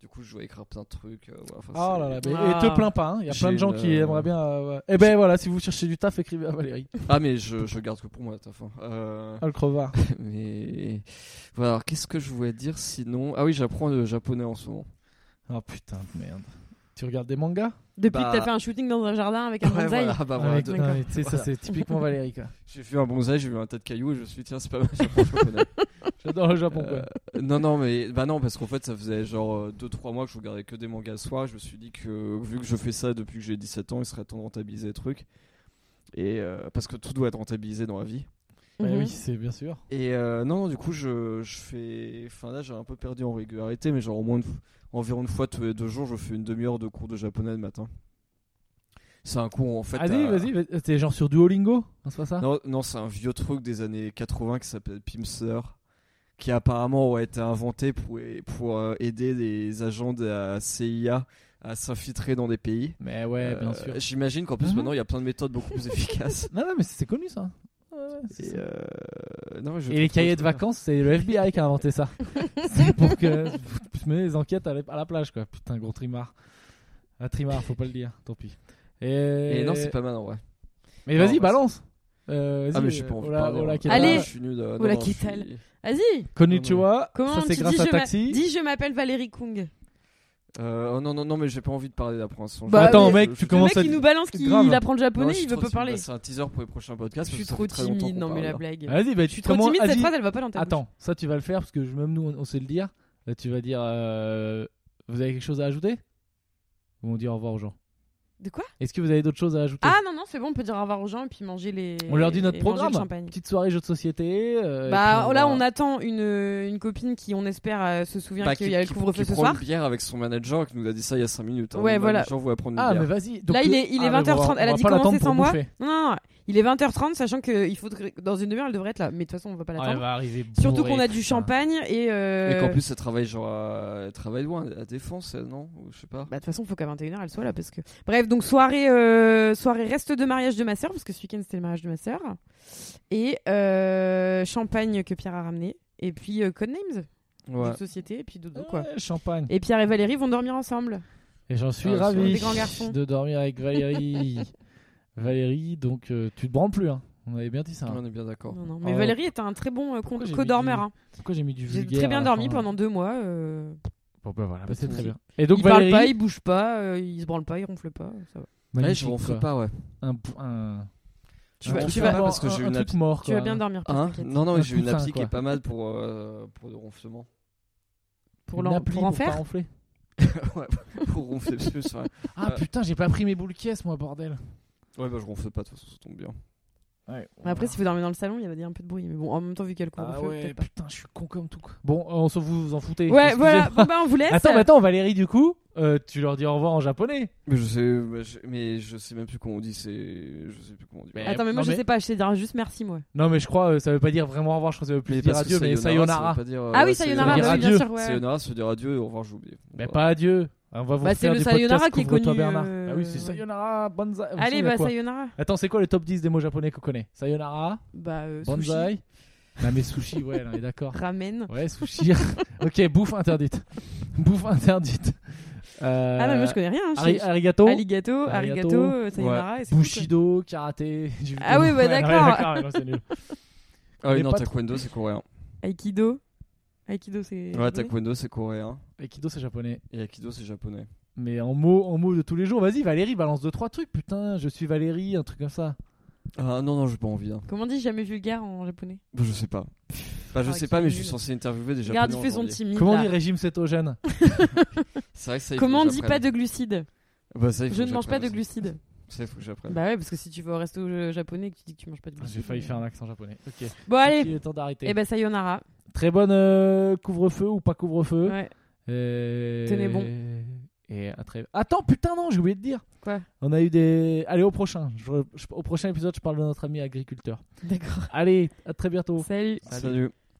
du coup, je dois écrire plein de trucs. euh, voilà. Enfin, Ah c'est- là là, mais- Ah. et te plains pas, hein. il y a J'ai plein de gens une, qui euh, aimeraient bien. euh, ouais. Eh ben voilà, si vous cherchez du taf, écrivez à Valérie. Ah, mais je, je garde que pour moi, taf. hein. Euh, Ah, le crevard. mais voilà. alors, Qu'est-ce que je voulais dire sinon Ah oui, j'apprends le japonais en ce moment. Ah putain, de merde. Tu regardes des mangas Depuis Bah- que t'as fait un shooting dans un jardin avec un Ouais, bonsaï. voilà, bah, Ah, voilà, mais de- putain, d'accord. mais tu sais, ça Voilà. c'est typiquement Valérie quoi. J'ai vu un bonsaï, j'ai vu un tas de cailloux et je me suis dit tiens, c'est pas mal. j'apprends le japonais. J'adore le Japon quoi. Euh, non, non, mais bah non, parce qu'en fait, ça faisait genre 2-3 mois que je regardais que des mangas le soir. et Je me suis dit que vu que je fais ça depuis que j'ai 17 ans, il serait temps de rentabiliser le truc. Et euh, parce que tout doit être rentabilisé dans la vie. Bah Mhm. oui, c'est bien sûr. Et euh, non, non, du coup, je, je fais. Enfin, là, j'ai un peu perdu en régularité, mais genre au moins une f- environ une fois tous les deux jours, je fais une demi-heure de cours de japonais le matin. C'est un cours en fait. Vas-y, à- vas-y, vas-y. T'es genre sur Duolingo hein, C'est pas ça Non, non, c'est un vieux truc des années 80 qui s'appelle Pimster, qui apparemment a été inventé pour, pour euh, aider les agents de la CIA à s'infiltrer dans des pays. Mais ouais, bien Euh, sûr. J'imagine qu'en plus Mhm. maintenant il y a plein de méthodes beaucoup plus efficaces. Non, non, mais c'est connu ça. Ouais, ouais, c'est Et, ça. euh, non, je Et les trouve cahiers ça de bien. vacances, c'est le FBI qui a inventé ça. c'est pour que tu mets les enquêtes à la, à la plage, quoi. Putain, gros trimard. Un trimard, faut pas le dire, tant pis. Et, Et non, c'est pas mal en vrai. Mais Non, vas-y, bah, balance. Euh, vas-y, Ah mais je suis pas envie de hola- parler, hola, hein. qu'est-ce que Allez. t'as je suis nul. euh, Hola, non, non, je qu'est-ce suis- Vas-y Konnichiwa. Comment ça c'est tu grâce dis, à je m'a- Taxi. dis je m'appelle Valérie Kung. Euh, oh non non non mais j'ai pas envie de parler là pour l'instant. Bah, Je- attends, je- mec, je- tu je- Le Comment mec ça- il nous balance qu'il Grave. il apprend le Non, japonais, je suis il veut trop pas timide. parler. Bah, C'est un teaser pour les prochains podcasts. Je suis parce que ça trop fait très longtemps timide, qu'on non mais parle, la là. blague. Vas-y, bah Je tu suis trop comment- timide, cette Adi- phrase elle va pas dans ta bouche. Attends, ça tu vas le faire parce que je- même nous on, on sait le dire. Là, tu vas dire euh, Vous avez quelque chose à ajouter Ou on dit au revoir aux gens. De quoi Est-ce que vous avez d'autres choses à ajouter Ah non, non, c'est bon, on peut dire au revoir aux gens et puis manger les. On leur dit notre et manger le programme. champagne. Petite soirée jeux de société. euh, et Bah puis là, va- on attend une, euh, une copine qui, on espère, euh, se souvient Bah, qu'il qui- y a le qui- couvre-feu qui ce prend soir. une bière avec son manager qui nous a dit ça il y a 5 minutes. hein. Ouais, Le voilà. manager voulait prendre une Ah, mais bière. vas-y. donc Là, il le- est- il est Ah, mais on va- 20h30, on elle a va dit pas comment l'attendre c'est pour sans moi. bouffer. Non, non, non, il est 20h30, sachant qu'il faut dans une demi-heure, elle devrait être là. Mais de toute façon, on va pas Ah, elle l'attendre. va Ah. arriver Surtout bourrée, qu'on a du putain. champagne et. euh, Et qu'en plus, elle travaille genre à... elle travaille loin, à Défense, elle, non Ou Je sais pas. bah, de toute façon, faut qu'à 21h elle soit là parce que. Bref, donc soirée, euh, soirée reste de mariage de ma sœur parce que ce week-end c'était le mariage de ma sœur et euh, champagne que Pierre a ramené et puis euh, Codenames, Ouais. jeux de société et puis dodo quoi. Ouais, champagne. Et Pierre et Valérie vont dormir ensemble. Et j'en suis Ah, c'est ravi vrai. Des grands garçons. de dormir avec Valérie. Valérie, donc euh, tu te branles plus. Hein. On avait bien dit ça. hein. On est bien d'accord. Non, non. Mais Oh. Valérie était un très bon euh, con- Pourquoi j'ai mis co-dormeur. du- hein. Pourquoi j'ai mis du J'ai vulgaire très bien à la dormi fin pendant deux mois. euh, Bon, bah voilà, bah, c'est de très soucis. bien. Et donc il Valérie. parle pas, il bouge pas, euh, il se branle pas, il ronfle pas. Ça va. Ouais, Magnifique, je m'en fais quoi. pas, ouais. Un, p- un- Tu un vas, truc tu vas- mort, parce que un- j'ai un une truc appli- mort. tu vas quoi. bien dormir. Pierre, Hein t'inquiète. non, non, Un mais j'ai une poussin, appli qui quoi. est pas mal pour, euh, pour le ronflement. pour, Une l'en- appli pour en pour pas faire. ronfler. Ouais, pour ronfler plus. enfin. Ah Euh. putain, j'ai pas pris mes boules caisses, moi, bordel. Ouais, bah je ronfle pas, de toute façon, ça tombe bien. Ouais, Mais Après, si vous dormez dans le salon, il y avait un peu de bruit. Mais bon, en même temps, vu qu'il y a le Ah couvre-feu, ouais, peut-être pas. putain, je suis con comme tout. quoi. Bon, euh, on s'en vous, vous en foutez. Ouais, excusez-moi. voilà. Bon, bah, on vous laisse. Attends, mais attends, Valérie, du coup, euh, tu leur dis au revoir en japonais. Mais je sais, bah, je- mais je sais même plus comment on dit. C'est, je sais plus comment on dit. Mais- Attends, mais moi, Non, je mais- sais pas. Je sais dire juste merci, moi. Non, mais je crois, euh, ça veut pas dire vraiment au revoir, je crois que ça veut plus dire parce que adieu, mais sayonara. ça veut pas dire, euh, Ah oui, ouais, c'est- sayonara, dire bah oui, bien adieu. sûr. ouais. Sayonara, ça veut dire adieu, au revoir, j'ai oublié. Mais Voilà. pas adieu. On va vous Bah, refaire c'est le du podcast sayonara qui est Couvre-toi, connu, Bernard. euh, Ah oui, c'est ouais. sayonara, bonzai. Vous Allez, savez bah, quoi sayonara. Attends, c'est quoi le top 10 des mots japonais qu'on connaît Sayonara, Bah, euh, sushi, bonzai. Non, mais sushi, ouais, on est d'accord. ramen. Ouais, sushi. ok, bouffe interdite. Bouffe interdite. Euh, Ah, non, mais moi, je connais rien. hein, je ari- sais- arigato, Arigato, Arigato, arigato, euh, sayonara. et c'est tout, quoi. bushido, karaté. j'ai vu Ah que- oui, bah, ouais, non, d'accord. ouais, ouais, non, c'est nul. Ah mais oui, non, pas taekwondo, c'est coréen. Aikido. Aikido, c'est. Ouais, taekwondo, c'est coréen. Aikido, c'est japonais. Et aikido, c'est japonais. Mais en mots, en mots de tous les jours, vas-y, Valérie, balance deux trois trucs. Putain, je suis Valérie, un truc comme ça. Ah non, non, j'ai pas envie. hein. Comment on dit jamais vulgaire en japonais Bah, je sais pas. Bah, je Ah, sais qui pas, mais est je suis nul. censé interviewer des japonais. Regarde, il fait son aujourd'hui. timide. Comment on là. dit régime cétogène C'est vrai que ça, il faut Comment on que dit pas j'apprenne. de glucides Bah, ça, il faut Je que ne mange pas de j'apprenne aussi. glucides. Ça, il faut que j'apprenne. Bah ouais, parce que si tu vas au resto euh, japonais et que tu dis que tu manges pas de Ah, glucides. J'ai failli euh, faire un accent japonais. Ok. Bon, Il allez. est temps d'arrêter. Et bah, sayonara. Très bonne euh, couvre-feu ou pas couvre-feu. Ouais. Euh, Tenez bon. Et à très. Attends, putain, non, j'ai oublié de dire. Quoi On a eu des. Allez, au prochain. Je- je- Au prochain épisode, je parle de notre ami agriculteur. D'accord. Allez, à très bientôt. Salut. Salut. Salut.